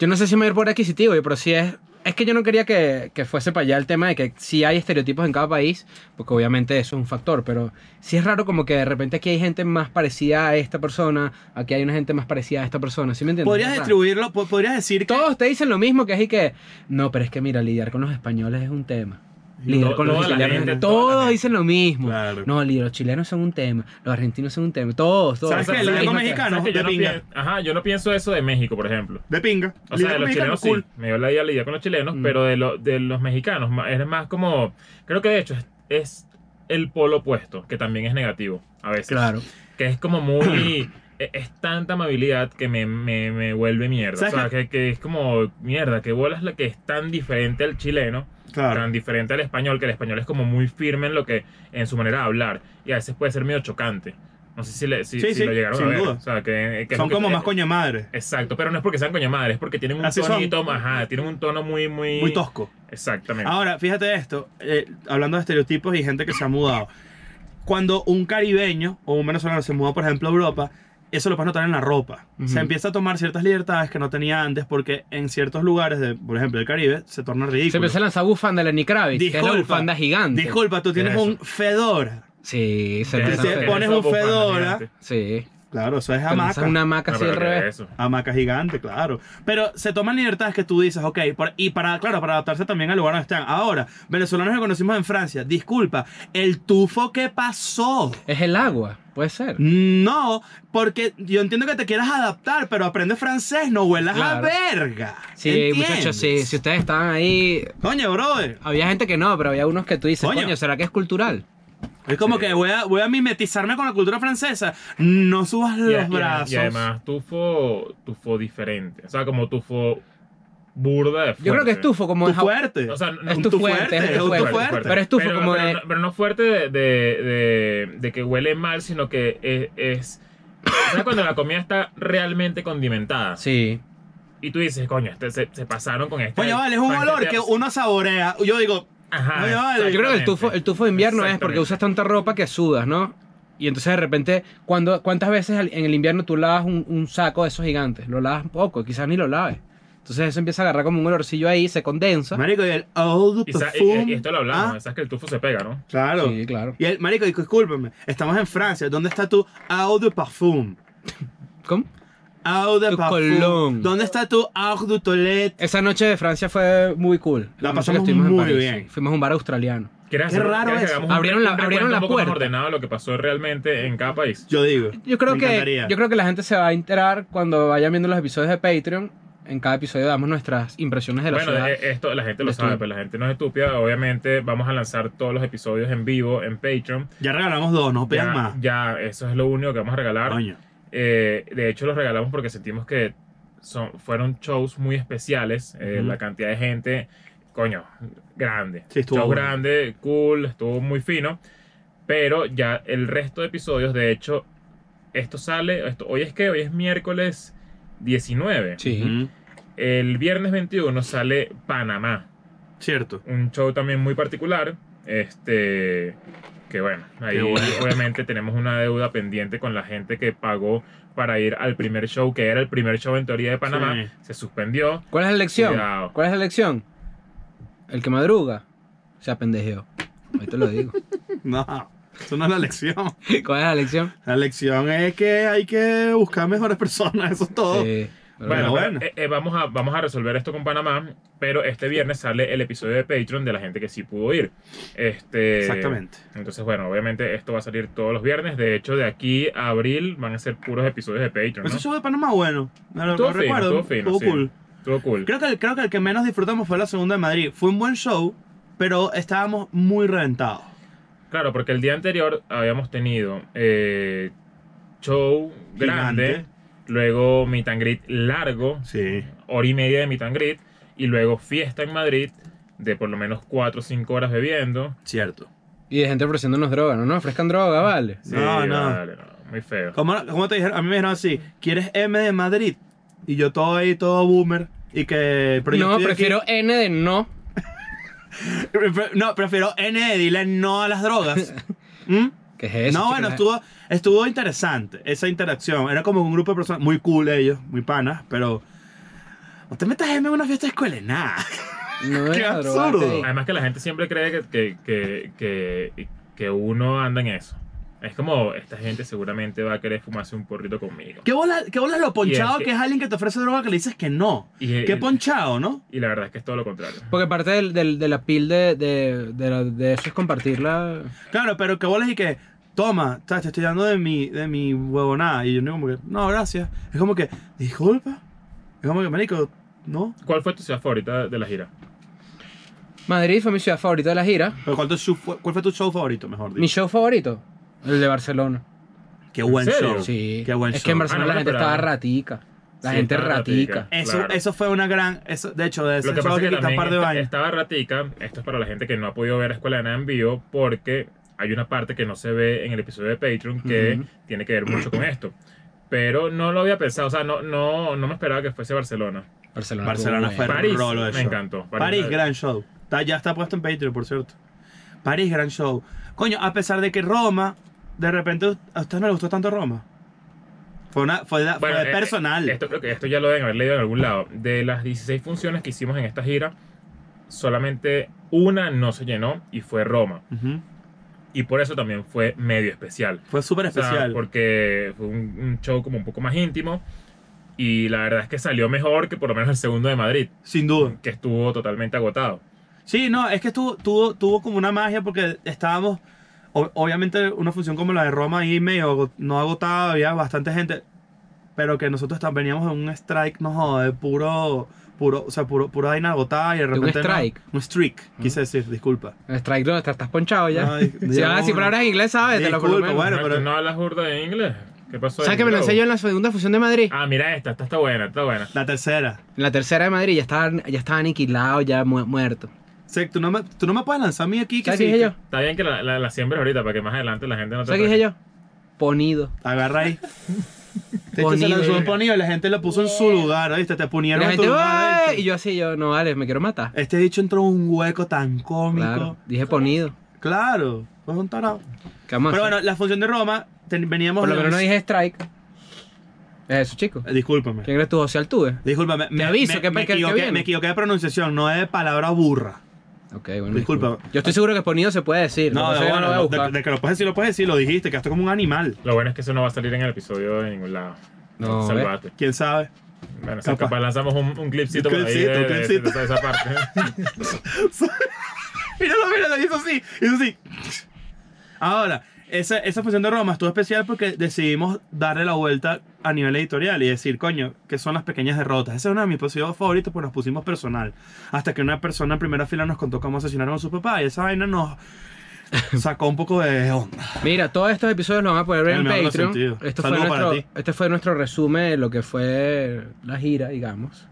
[SPEAKER 4] Yo no sé si me voy a ir por adquisitivo, pero sí es. Es que yo no quería que, que fuese para allá el tema de que sí hay estereotipos en cada país, porque obviamente eso es un factor, pero sí es raro como que de repente aquí hay gente más parecida a esta persona, aquí hay una gente más parecida a esta persona, ¿sí me entiendes?
[SPEAKER 3] Podrías
[SPEAKER 4] Es raro.
[SPEAKER 3] distribuirlo, po- podrías decir que...
[SPEAKER 4] Todos te dicen lo mismo, que es y que. No, pero es que mira, lidiar con los españoles es un tema. Lidiar
[SPEAKER 2] to-
[SPEAKER 4] con los
[SPEAKER 2] toda la
[SPEAKER 4] italianos.
[SPEAKER 2] gente,
[SPEAKER 4] es-
[SPEAKER 2] toda la
[SPEAKER 4] todos
[SPEAKER 2] gente.
[SPEAKER 4] dicen lo mismo.
[SPEAKER 3] Claro.
[SPEAKER 4] No, li- los chilenos son un tema, los argentinos son un tema, todos, todos.
[SPEAKER 3] ¿Sabes
[SPEAKER 4] son
[SPEAKER 3] qué?
[SPEAKER 4] la
[SPEAKER 3] El
[SPEAKER 4] misma
[SPEAKER 3] lago
[SPEAKER 4] cosa.
[SPEAKER 3] mexicano,
[SPEAKER 2] ¿sabes que yo
[SPEAKER 3] de
[SPEAKER 2] no
[SPEAKER 3] pinga.
[SPEAKER 2] pien- Ajá, yo no pienso eso de México, por ejemplo.
[SPEAKER 3] De pinga.
[SPEAKER 2] O sea,
[SPEAKER 3] Lidia
[SPEAKER 2] de
[SPEAKER 3] con
[SPEAKER 2] los
[SPEAKER 3] mexicanos,
[SPEAKER 2] chilenos
[SPEAKER 3] cool.
[SPEAKER 2] sí, me dio la idea lidiar con los chilenos,
[SPEAKER 4] Mm.
[SPEAKER 2] pero de, lo- de los mexicanos ma- es más como, creo que de hecho es, es el polo opuesto, que también es negativo a veces.
[SPEAKER 4] Claro.
[SPEAKER 2] Que es como muy, [CLEARS THROAT] e, es, es tanta amabilidad que me, me, me vuelve mierda. O sea,
[SPEAKER 3] ¿Sabes
[SPEAKER 2] que, que es como, mierda, que bolas la que es tan diferente al chileno,
[SPEAKER 3] Claro.
[SPEAKER 2] tan diferente al español, que el español es como muy firme en lo que, en su manera de hablar, y a veces puede ser medio chocante. No sé si, le, si,
[SPEAKER 3] Sí,
[SPEAKER 2] si
[SPEAKER 3] sí,
[SPEAKER 2] lo llegaron
[SPEAKER 3] sin
[SPEAKER 2] a ver.
[SPEAKER 3] duda.
[SPEAKER 2] O sea, que, que es
[SPEAKER 3] Son
[SPEAKER 2] lo que-
[SPEAKER 3] como
[SPEAKER 2] eh,
[SPEAKER 3] más coño de madre.
[SPEAKER 2] Exacto, pero no es porque sean coño madre, es porque tienen un
[SPEAKER 3] Así son.
[SPEAKER 2] tonito, ajá, tienen un tono muy, muy.
[SPEAKER 3] Muy tosco.
[SPEAKER 2] Exactamente.
[SPEAKER 3] Ahora, fíjate esto, eh, hablando de estereotipos y gente que se ha mudado. Cuando un caribeño o un venezolano se mudó, por ejemplo, a Europa, eso lo puedes notar en la ropa.
[SPEAKER 4] Ujú.
[SPEAKER 3] Se empieza a tomar ciertas libertades que no tenía antes porque en ciertos lugares, de, por ejemplo, el Caribe, se torna
[SPEAKER 4] Se
[SPEAKER 3] ridículo.
[SPEAKER 4] empezó a lanzar bufanda Lenny Kravitz, que es la bufanda gigante.
[SPEAKER 3] Disculpa, tú tienes
[SPEAKER 2] Eso.
[SPEAKER 3] un fedora.
[SPEAKER 4] Sí, se
[SPEAKER 2] Que
[SPEAKER 3] te
[SPEAKER 4] lanzan
[SPEAKER 2] esa-
[SPEAKER 3] se
[SPEAKER 2] que
[SPEAKER 4] fe-
[SPEAKER 3] pone- pones
[SPEAKER 2] esa
[SPEAKER 3] un
[SPEAKER 2] bufanda
[SPEAKER 3] fedora.
[SPEAKER 2] gigante.
[SPEAKER 4] Sí,
[SPEAKER 3] Claro, eso es
[SPEAKER 4] se
[SPEAKER 3] hamaca.
[SPEAKER 4] lanzan una hamaca
[SPEAKER 2] No,
[SPEAKER 4] así
[SPEAKER 2] pero
[SPEAKER 4] al
[SPEAKER 2] ¿qué es
[SPEAKER 4] revés.
[SPEAKER 2] eso?
[SPEAKER 3] Hamaca gigante, claro. Pero se toman libertades que tú dices, ok, por- y para, claro, para adaptarse también al lugar donde están. Ahora, venezolanos que conocimos en Francia, disculpa, el tufo que pasó.
[SPEAKER 4] Es el agua, puede ser.
[SPEAKER 3] No, porque yo entiendo que te quieras adaptar, pero aprende francés, no huelas
[SPEAKER 4] Claro.
[SPEAKER 3] a verga.
[SPEAKER 4] Sí,
[SPEAKER 3] ¿Entiendes?
[SPEAKER 4] muchachos, sí, si ustedes estaban ahí,
[SPEAKER 3] Coño, brother.
[SPEAKER 4] había gente que no, pero había unos que tú dices, coño,
[SPEAKER 3] Coño.
[SPEAKER 4] ¿será que es cultural?
[SPEAKER 3] Es como
[SPEAKER 2] Sí.
[SPEAKER 3] que voy a, voy a mimetizarme con la cultura francesa. No subas
[SPEAKER 2] Y,
[SPEAKER 3] los
[SPEAKER 2] y-
[SPEAKER 3] brazos.
[SPEAKER 2] y además tufo, tufo diferente. O sea, como tufo burda de fuerte.
[SPEAKER 4] Yo creo que es tufo, como
[SPEAKER 3] Tú
[SPEAKER 4] es...
[SPEAKER 3] fuerte.
[SPEAKER 2] O sea, no-
[SPEAKER 4] Es
[SPEAKER 2] no-
[SPEAKER 4] tu
[SPEAKER 3] tú
[SPEAKER 4] fuerte, es
[SPEAKER 3] es
[SPEAKER 4] tu
[SPEAKER 3] un tú
[SPEAKER 4] fuerte.
[SPEAKER 3] fuerte.
[SPEAKER 4] Pero es tufo como
[SPEAKER 2] pero
[SPEAKER 4] de-
[SPEAKER 2] no, pero no fuerte de, de- de- de que huele mal, sino que es. es ¿Sabes cuando la comida está realmente condimentada?
[SPEAKER 4] Sí.
[SPEAKER 2] Y tú dices, coño, este, se, se pasaron con este.
[SPEAKER 3] Coño, vale, es un
[SPEAKER 2] con este
[SPEAKER 3] olor que
[SPEAKER 2] pedazo.
[SPEAKER 3] uno saborea. Yo digo,
[SPEAKER 2] Ajá.
[SPEAKER 3] Oye, vale.
[SPEAKER 4] Yo creo que el tufo, el tufo de invierno es porque
[SPEAKER 2] Exactamente.
[SPEAKER 4] usas tanta ropa que sudas, ¿no? Y entonces de repente, cuando, ¿cuántas veces al- en el invierno tú lavas un, un saco de esos gigantes? Lo lavas poco, quizás ni lo laves. Entonces eso empieza a agarrar como un olorcillo ahí, se condensa.
[SPEAKER 3] marico, y el old
[SPEAKER 2] Y, sa- y-
[SPEAKER 3] perfume.
[SPEAKER 2] y esto lo hablamos,
[SPEAKER 3] Ah,
[SPEAKER 2] sabes que el tufo se pega, ¿no?
[SPEAKER 3] claro.
[SPEAKER 4] Sí, claro.
[SPEAKER 3] Y el, marico, discúlpame, estamos en Francia. ¿Dónde está tu eau de parfum?
[SPEAKER 4] ¿Cómo?
[SPEAKER 3] Eau de
[SPEAKER 4] Tu
[SPEAKER 3] parfum.
[SPEAKER 4] cologne.
[SPEAKER 3] ¿Dónde está tu eau de toilette?
[SPEAKER 4] Esa noche de Francia fue muy cool.
[SPEAKER 3] La
[SPEAKER 4] noche
[SPEAKER 3] pasamos
[SPEAKER 4] que estuvimos en
[SPEAKER 3] muy
[SPEAKER 4] París,
[SPEAKER 3] bien.
[SPEAKER 4] sí. Fuimos a un bar australiano.
[SPEAKER 2] Qué
[SPEAKER 3] raro eso.
[SPEAKER 4] Abrieron la- abrieron la
[SPEAKER 2] Un
[SPEAKER 4] puerta.
[SPEAKER 2] poco más ordenado lo que pasó realmente en cada país.
[SPEAKER 3] Yo digo.
[SPEAKER 4] Yo creo,
[SPEAKER 3] me
[SPEAKER 4] que,
[SPEAKER 3] encantaría.
[SPEAKER 4] yo creo que la gente se va a enterar cuando vayan viendo los episodios de Patreon. En cada episodio damos nuestras impresiones de la
[SPEAKER 2] Bueno,
[SPEAKER 4] ciudad.
[SPEAKER 2] eh, esto la gente lo
[SPEAKER 4] de
[SPEAKER 2] sabe,
[SPEAKER 4] Estudio.
[SPEAKER 2] pero la gente no es estúpida. Obviamente vamos a lanzar todos los episodios en vivo en Patreon.
[SPEAKER 3] Ya regalamos dos, no pidas
[SPEAKER 2] Ya,
[SPEAKER 3] más.
[SPEAKER 2] ya, eso es lo único que vamos a regalar.
[SPEAKER 3] Coño.
[SPEAKER 2] Eh, de hecho, los regalamos porque sentimos que son, fueron shows muy especiales. eh,
[SPEAKER 3] Ujú.
[SPEAKER 2] La cantidad de gente, coño, grande.
[SPEAKER 3] Sí, estuvo
[SPEAKER 2] Show
[SPEAKER 3] bueno.
[SPEAKER 2] grande, cool, estuvo muy fino. Pero ya el resto de episodios, de hecho, esto sale. Esto, hoy es que hoy es miércoles 19.
[SPEAKER 4] sí.
[SPEAKER 3] Mm,
[SPEAKER 2] El viernes 21 sale Panamá.
[SPEAKER 3] Cierto.
[SPEAKER 2] Un show también muy particular. Este. Que bueno, ahí
[SPEAKER 3] Qué bueno. [LAUGHS]
[SPEAKER 2] obviamente tenemos una deuda pendiente con la gente que pagó para ir al primer show, que era el primer show en teoría de Panamá.
[SPEAKER 3] Sí.
[SPEAKER 2] Se suspendió.
[SPEAKER 4] ¿Cuál es la elección?
[SPEAKER 2] Cuidado.
[SPEAKER 4] ¿Cuál es la elección? El que madruga se apendejeó. Ahí te lo digo. [LAUGHS]
[SPEAKER 3] No, eso no es la lección.
[SPEAKER 4] ¿Cuál es la elección?
[SPEAKER 3] La lección es que hay que buscar mejores personas, eso es todo.
[SPEAKER 4] Sí. Pero
[SPEAKER 2] Bueno,
[SPEAKER 3] bueno.
[SPEAKER 2] pero, eh, eh, vamos, a, vamos a resolver esto con Panamá, pero este viernes sale el episodio de Patreon de la gente que sí pudo ir. Este,
[SPEAKER 3] Exactamente.
[SPEAKER 2] Entonces, bueno, obviamente esto va a salir todos los viernes. De hecho, de aquí a abril van a ser puros episodios de Patreon.
[SPEAKER 3] Pero
[SPEAKER 2] ¿no?
[SPEAKER 3] ese show de Panamá bueno. Me Pues lo,
[SPEAKER 2] Estuvo
[SPEAKER 3] lo
[SPEAKER 2] fino,
[SPEAKER 3] recuerdo.
[SPEAKER 2] estuvo fino, sí.
[SPEAKER 3] cool.
[SPEAKER 2] Estuvo cool.
[SPEAKER 3] Creo que, el, creo que el que menos disfrutamos fue la segunda de Madrid. Fue un buen show, pero estábamos muy reventados.
[SPEAKER 2] Claro, porque el día anterior habíamos tenido eh, show grande,
[SPEAKER 3] Gigante.
[SPEAKER 2] luego meet and greet largo,
[SPEAKER 3] Sí.
[SPEAKER 2] hora y media de meet and greet, y luego fiesta en Madrid de por lo menos 4 o 5 horas bebiendo.
[SPEAKER 3] Cierto.
[SPEAKER 4] Y de gente ofreciéndonos droga, no nos ofrezcan droga, vale.
[SPEAKER 2] Sí,
[SPEAKER 3] No, no.
[SPEAKER 2] vale, no, muy feo.
[SPEAKER 3] ¿Cómo, cómo te dijeron? A mí me dijeron así, ¿quieres M de Madrid? Y yo todo ahí, todo boomer. Y que... pero yo
[SPEAKER 4] no,
[SPEAKER 3] estoy aquí-
[SPEAKER 4] prefiero N de no.
[SPEAKER 3] Prefe- No, prefiero N de dile no a las drogas. ¿Mm?
[SPEAKER 4] ¿Qué es eso?
[SPEAKER 3] no,
[SPEAKER 4] chico?
[SPEAKER 3] bueno,
[SPEAKER 4] La-
[SPEAKER 3] estuvo, estuvo interesante esa interacción. Era como un grupo de personas muy cool ellos, muy panas, pero... No te metas M en una fiesta de escuela, nada. [LAUGHS]
[SPEAKER 4] No
[SPEAKER 3] ¡Qué
[SPEAKER 4] era drogarte
[SPEAKER 3] absurdo!
[SPEAKER 4] ahí.
[SPEAKER 2] Además que la gente siempre cree que, que, que, que, que uno anda en eso. Es como, esta gente seguramente va a querer fumarse un porrito conmigo.
[SPEAKER 3] ¿Qué bola, qué bola lo
[SPEAKER 2] Y
[SPEAKER 3] ponchado
[SPEAKER 2] es que- Eh,
[SPEAKER 3] que es alguien que te ofrece droga que le dices que no?
[SPEAKER 2] Y,
[SPEAKER 3] Qué
[SPEAKER 2] y-
[SPEAKER 3] ponchado, ¿no?
[SPEAKER 2] y la verdad es que es todo lo contrario.
[SPEAKER 4] Porque parte del, del- de la pil de, de, de, la- de eso es compartirla.
[SPEAKER 3] Claro, pero que bolas y que, toma, ta, te estoy dando de mi, de mi huevonada. Y yo no, como que, no, gracias. Es como que, disculpa. Es como que, marico, no.
[SPEAKER 2] ¿Cuál fue tu ciudad favorita de la gira?
[SPEAKER 4] Madrid fue mi ciudad favorita de la gira.
[SPEAKER 3] Pero ¿cuál, tu show fue, ¿cuál fue tu show favorito, mejor dicho?
[SPEAKER 4] Mi show favorito, el de Barcelona.
[SPEAKER 3] Qué buen
[SPEAKER 2] ¿En serio?
[SPEAKER 3] show.
[SPEAKER 4] Sí.
[SPEAKER 3] Qué buen
[SPEAKER 4] es
[SPEAKER 3] show.
[SPEAKER 4] que
[SPEAKER 2] Ah,
[SPEAKER 4] en Barcelona
[SPEAKER 2] no,
[SPEAKER 4] la gente
[SPEAKER 2] pero-
[SPEAKER 4] estaba ratica. La
[SPEAKER 2] Sí,
[SPEAKER 4] gente
[SPEAKER 2] estaba ratica.
[SPEAKER 4] ratica.
[SPEAKER 3] Eso,
[SPEAKER 2] Claro.
[SPEAKER 3] eso fue una gran. Eso, de hecho, de ese
[SPEAKER 2] Lo que
[SPEAKER 3] show
[SPEAKER 2] pasa
[SPEAKER 3] hay
[SPEAKER 2] es que
[SPEAKER 3] que quitar
[SPEAKER 2] también
[SPEAKER 3] un par de
[SPEAKER 2] esta-
[SPEAKER 3] vainas.
[SPEAKER 2] estaba ratica, esto es para la gente que no ha podido ver Escuela de Nada en vivo, porque hay una parte que no se ve en el episodio de Patreon que
[SPEAKER 4] Ujú.
[SPEAKER 2] tiene que ver mucho con esto. Pero no lo había pensado, o sea, no, no, no me esperaba que fuese Barcelona.
[SPEAKER 4] Barcelona,
[SPEAKER 3] Barcelona
[SPEAKER 4] estuvo
[SPEAKER 3] fue
[SPEAKER 4] bueno.
[SPEAKER 2] París,
[SPEAKER 3] un rolo de
[SPEAKER 2] me
[SPEAKER 3] show.
[SPEAKER 2] encantó. París,
[SPEAKER 3] París,
[SPEAKER 2] me-
[SPEAKER 3] gran show. Está- ya está puesto en Patreon, por cierto. París, gran show. Coño, a pesar de que Roma, de repente, a ustedes no les gustó tanto Roma. Fue, una, fue, la- fue
[SPEAKER 2] Bueno, eh,
[SPEAKER 3] personal.
[SPEAKER 2] Esto creo que esto ya lo deben haber leído en algún lado. De las 16 funciones que hicimos en esta gira, solamente una no se llenó y fue Roma.
[SPEAKER 3] Ujú.
[SPEAKER 2] Y por eso también fue medio especial.
[SPEAKER 3] Fue súper [LAUGHS]
[SPEAKER 2] O sea,
[SPEAKER 3] especial.
[SPEAKER 2] porque fue un, un show como un poco más íntimo. Y la verdad es que salió mejor que por lo menos el segundo de Madrid,
[SPEAKER 3] Sin duda.
[SPEAKER 2] que estuvo totalmente agotado.
[SPEAKER 3] Sí, no, es que estuvo, tuvo, tuvo como una magia porque estábamos, o- obviamente una función como la de Roma ahí medio ago- no agotada, había bastante gente, pero que nosotros tam- veníamos en un strike, no joder, puro, puro, o sea, puro, pura vaina agotada y de
[SPEAKER 4] un
[SPEAKER 3] repente... no,
[SPEAKER 4] strike?
[SPEAKER 3] un streak, quise decir, disculpa.
[SPEAKER 4] El strike donde estás, estás ponchado ya.
[SPEAKER 3] Ay,
[SPEAKER 4] [LAUGHS] si
[SPEAKER 3] Dios,
[SPEAKER 4] vas a decir
[SPEAKER 3] no.
[SPEAKER 4] palabras en inglés, sabes, te lo por lo
[SPEAKER 3] Disculpa,
[SPEAKER 4] menos.
[SPEAKER 3] bueno. Claro,
[SPEAKER 2] ¿No,
[SPEAKER 3] pero-
[SPEAKER 2] tú no hablas burda en inglés? ¿Qué pasó?
[SPEAKER 4] ¿Sabes
[SPEAKER 2] ahí,
[SPEAKER 4] que me
[SPEAKER 2] bro?
[SPEAKER 4] lancé yo en la segunda fusión de Madrid?
[SPEAKER 2] Ah, mira esta, esta está buena, esta está buena.
[SPEAKER 3] La tercera.
[SPEAKER 4] En la tercera de Madrid ya estaba, ya estaba aniquilado, ya mu- muerto.
[SPEAKER 3] Sí, tú, no me, tú no me puedes lanzar a mí aquí. Que
[SPEAKER 4] ¿Sabes
[SPEAKER 3] sí,
[SPEAKER 4] qué dije
[SPEAKER 3] que-
[SPEAKER 4] yo?
[SPEAKER 2] Está bien que la, la, la siembres ahorita para que más adelante la gente no te...
[SPEAKER 4] ¿Sabes qué dije yo? Ponido.
[SPEAKER 3] Agarra
[SPEAKER 4] [LAUGHS]
[SPEAKER 3] ahí. Te
[SPEAKER 4] Ponido.
[SPEAKER 3] se lanzó un ponido, la gente lo puso en su lugar, ¿viste? Te
[SPEAKER 4] Y
[SPEAKER 3] ponieron
[SPEAKER 4] la
[SPEAKER 3] en tu
[SPEAKER 4] gente,
[SPEAKER 3] lugar.
[SPEAKER 4] "Ay",
[SPEAKER 3] ¿oíste?
[SPEAKER 4] y yo así, yo, no vale, me quiero matar.
[SPEAKER 3] Este dicho entró en un hueco tan cómico.
[SPEAKER 4] Claro, dije ponido.
[SPEAKER 3] Claro, fue un tarado.
[SPEAKER 4] ¿Qué vamos a
[SPEAKER 3] Pero
[SPEAKER 4] hacer?
[SPEAKER 3] bueno, la función de Roma, ten- veníamos.
[SPEAKER 4] Ah, por lo
[SPEAKER 3] de
[SPEAKER 4] menos no
[SPEAKER 3] un-
[SPEAKER 4] dije strike. Es eso, chico.
[SPEAKER 3] Eh, Discúlpame.
[SPEAKER 4] ¿Quién eres tú, José Altuve?
[SPEAKER 3] Discúlpame. me-
[SPEAKER 4] aviso
[SPEAKER 3] me,
[SPEAKER 4] que-
[SPEAKER 3] me
[SPEAKER 4] que- que
[SPEAKER 3] equivoqué,
[SPEAKER 4] viene.
[SPEAKER 3] me equivoqué de pronunciación, no es de palabra burra.
[SPEAKER 4] Ok, bueno.
[SPEAKER 3] Disculpa.
[SPEAKER 4] Yo estoy seguro que ponido se puede decir.
[SPEAKER 3] No,
[SPEAKER 4] lo
[SPEAKER 3] de,
[SPEAKER 4] que pasa es que
[SPEAKER 3] bueno,
[SPEAKER 4] no lo voy a
[SPEAKER 3] de-
[SPEAKER 4] buscar.
[SPEAKER 3] de que lo puedes decir, lo puedes decir, lo dijiste, quedaste como un animal.
[SPEAKER 2] Lo bueno es que eso no va a salir en el episodio de ningún lado.
[SPEAKER 4] No,
[SPEAKER 2] Salvate.
[SPEAKER 3] ¿Quién sabe?
[SPEAKER 2] Bueno, o sea,
[SPEAKER 3] Capaz.
[SPEAKER 2] capaz lanzamos un, un clipcito
[SPEAKER 3] Un
[SPEAKER 2] por ahí
[SPEAKER 3] clipcito,
[SPEAKER 2] de,
[SPEAKER 3] un
[SPEAKER 2] de- de-
[SPEAKER 3] clipcito.
[SPEAKER 2] de esa
[SPEAKER 3] [LAUGHS]
[SPEAKER 2] parte.
[SPEAKER 3] Míralo, míralo, hizo así, hizo así. Ahora, esa, esa función de Roma estuvo especial porque decidimos darle la vuelta a nivel editorial y decir, coño, que son las pequeñas derrotas. Esa es una de mis posibilidades favoritos porque nos pusimos personal. Hasta que una persona en primera fila nos contó cómo asesinaron a su papá y esa vaina nos sacó un poco de onda.
[SPEAKER 4] Mira, todos estos episodios los van a poder ver
[SPEAKER 3] En el
[SPEAKER 4] en
[SPEAKER 3] mejor de los
[SPEAKER 4] Patreon.
[SPEAKER 3] sentidos.
[SPEAKER 4] Esto fue
[SPEAKER 3] Saludo para
[SPEAKER 4] nuestro,
[SPEAKER 3] ti.
[SPEAKER 4] este fue nuestro resumen de lo que fue la gira, digamos,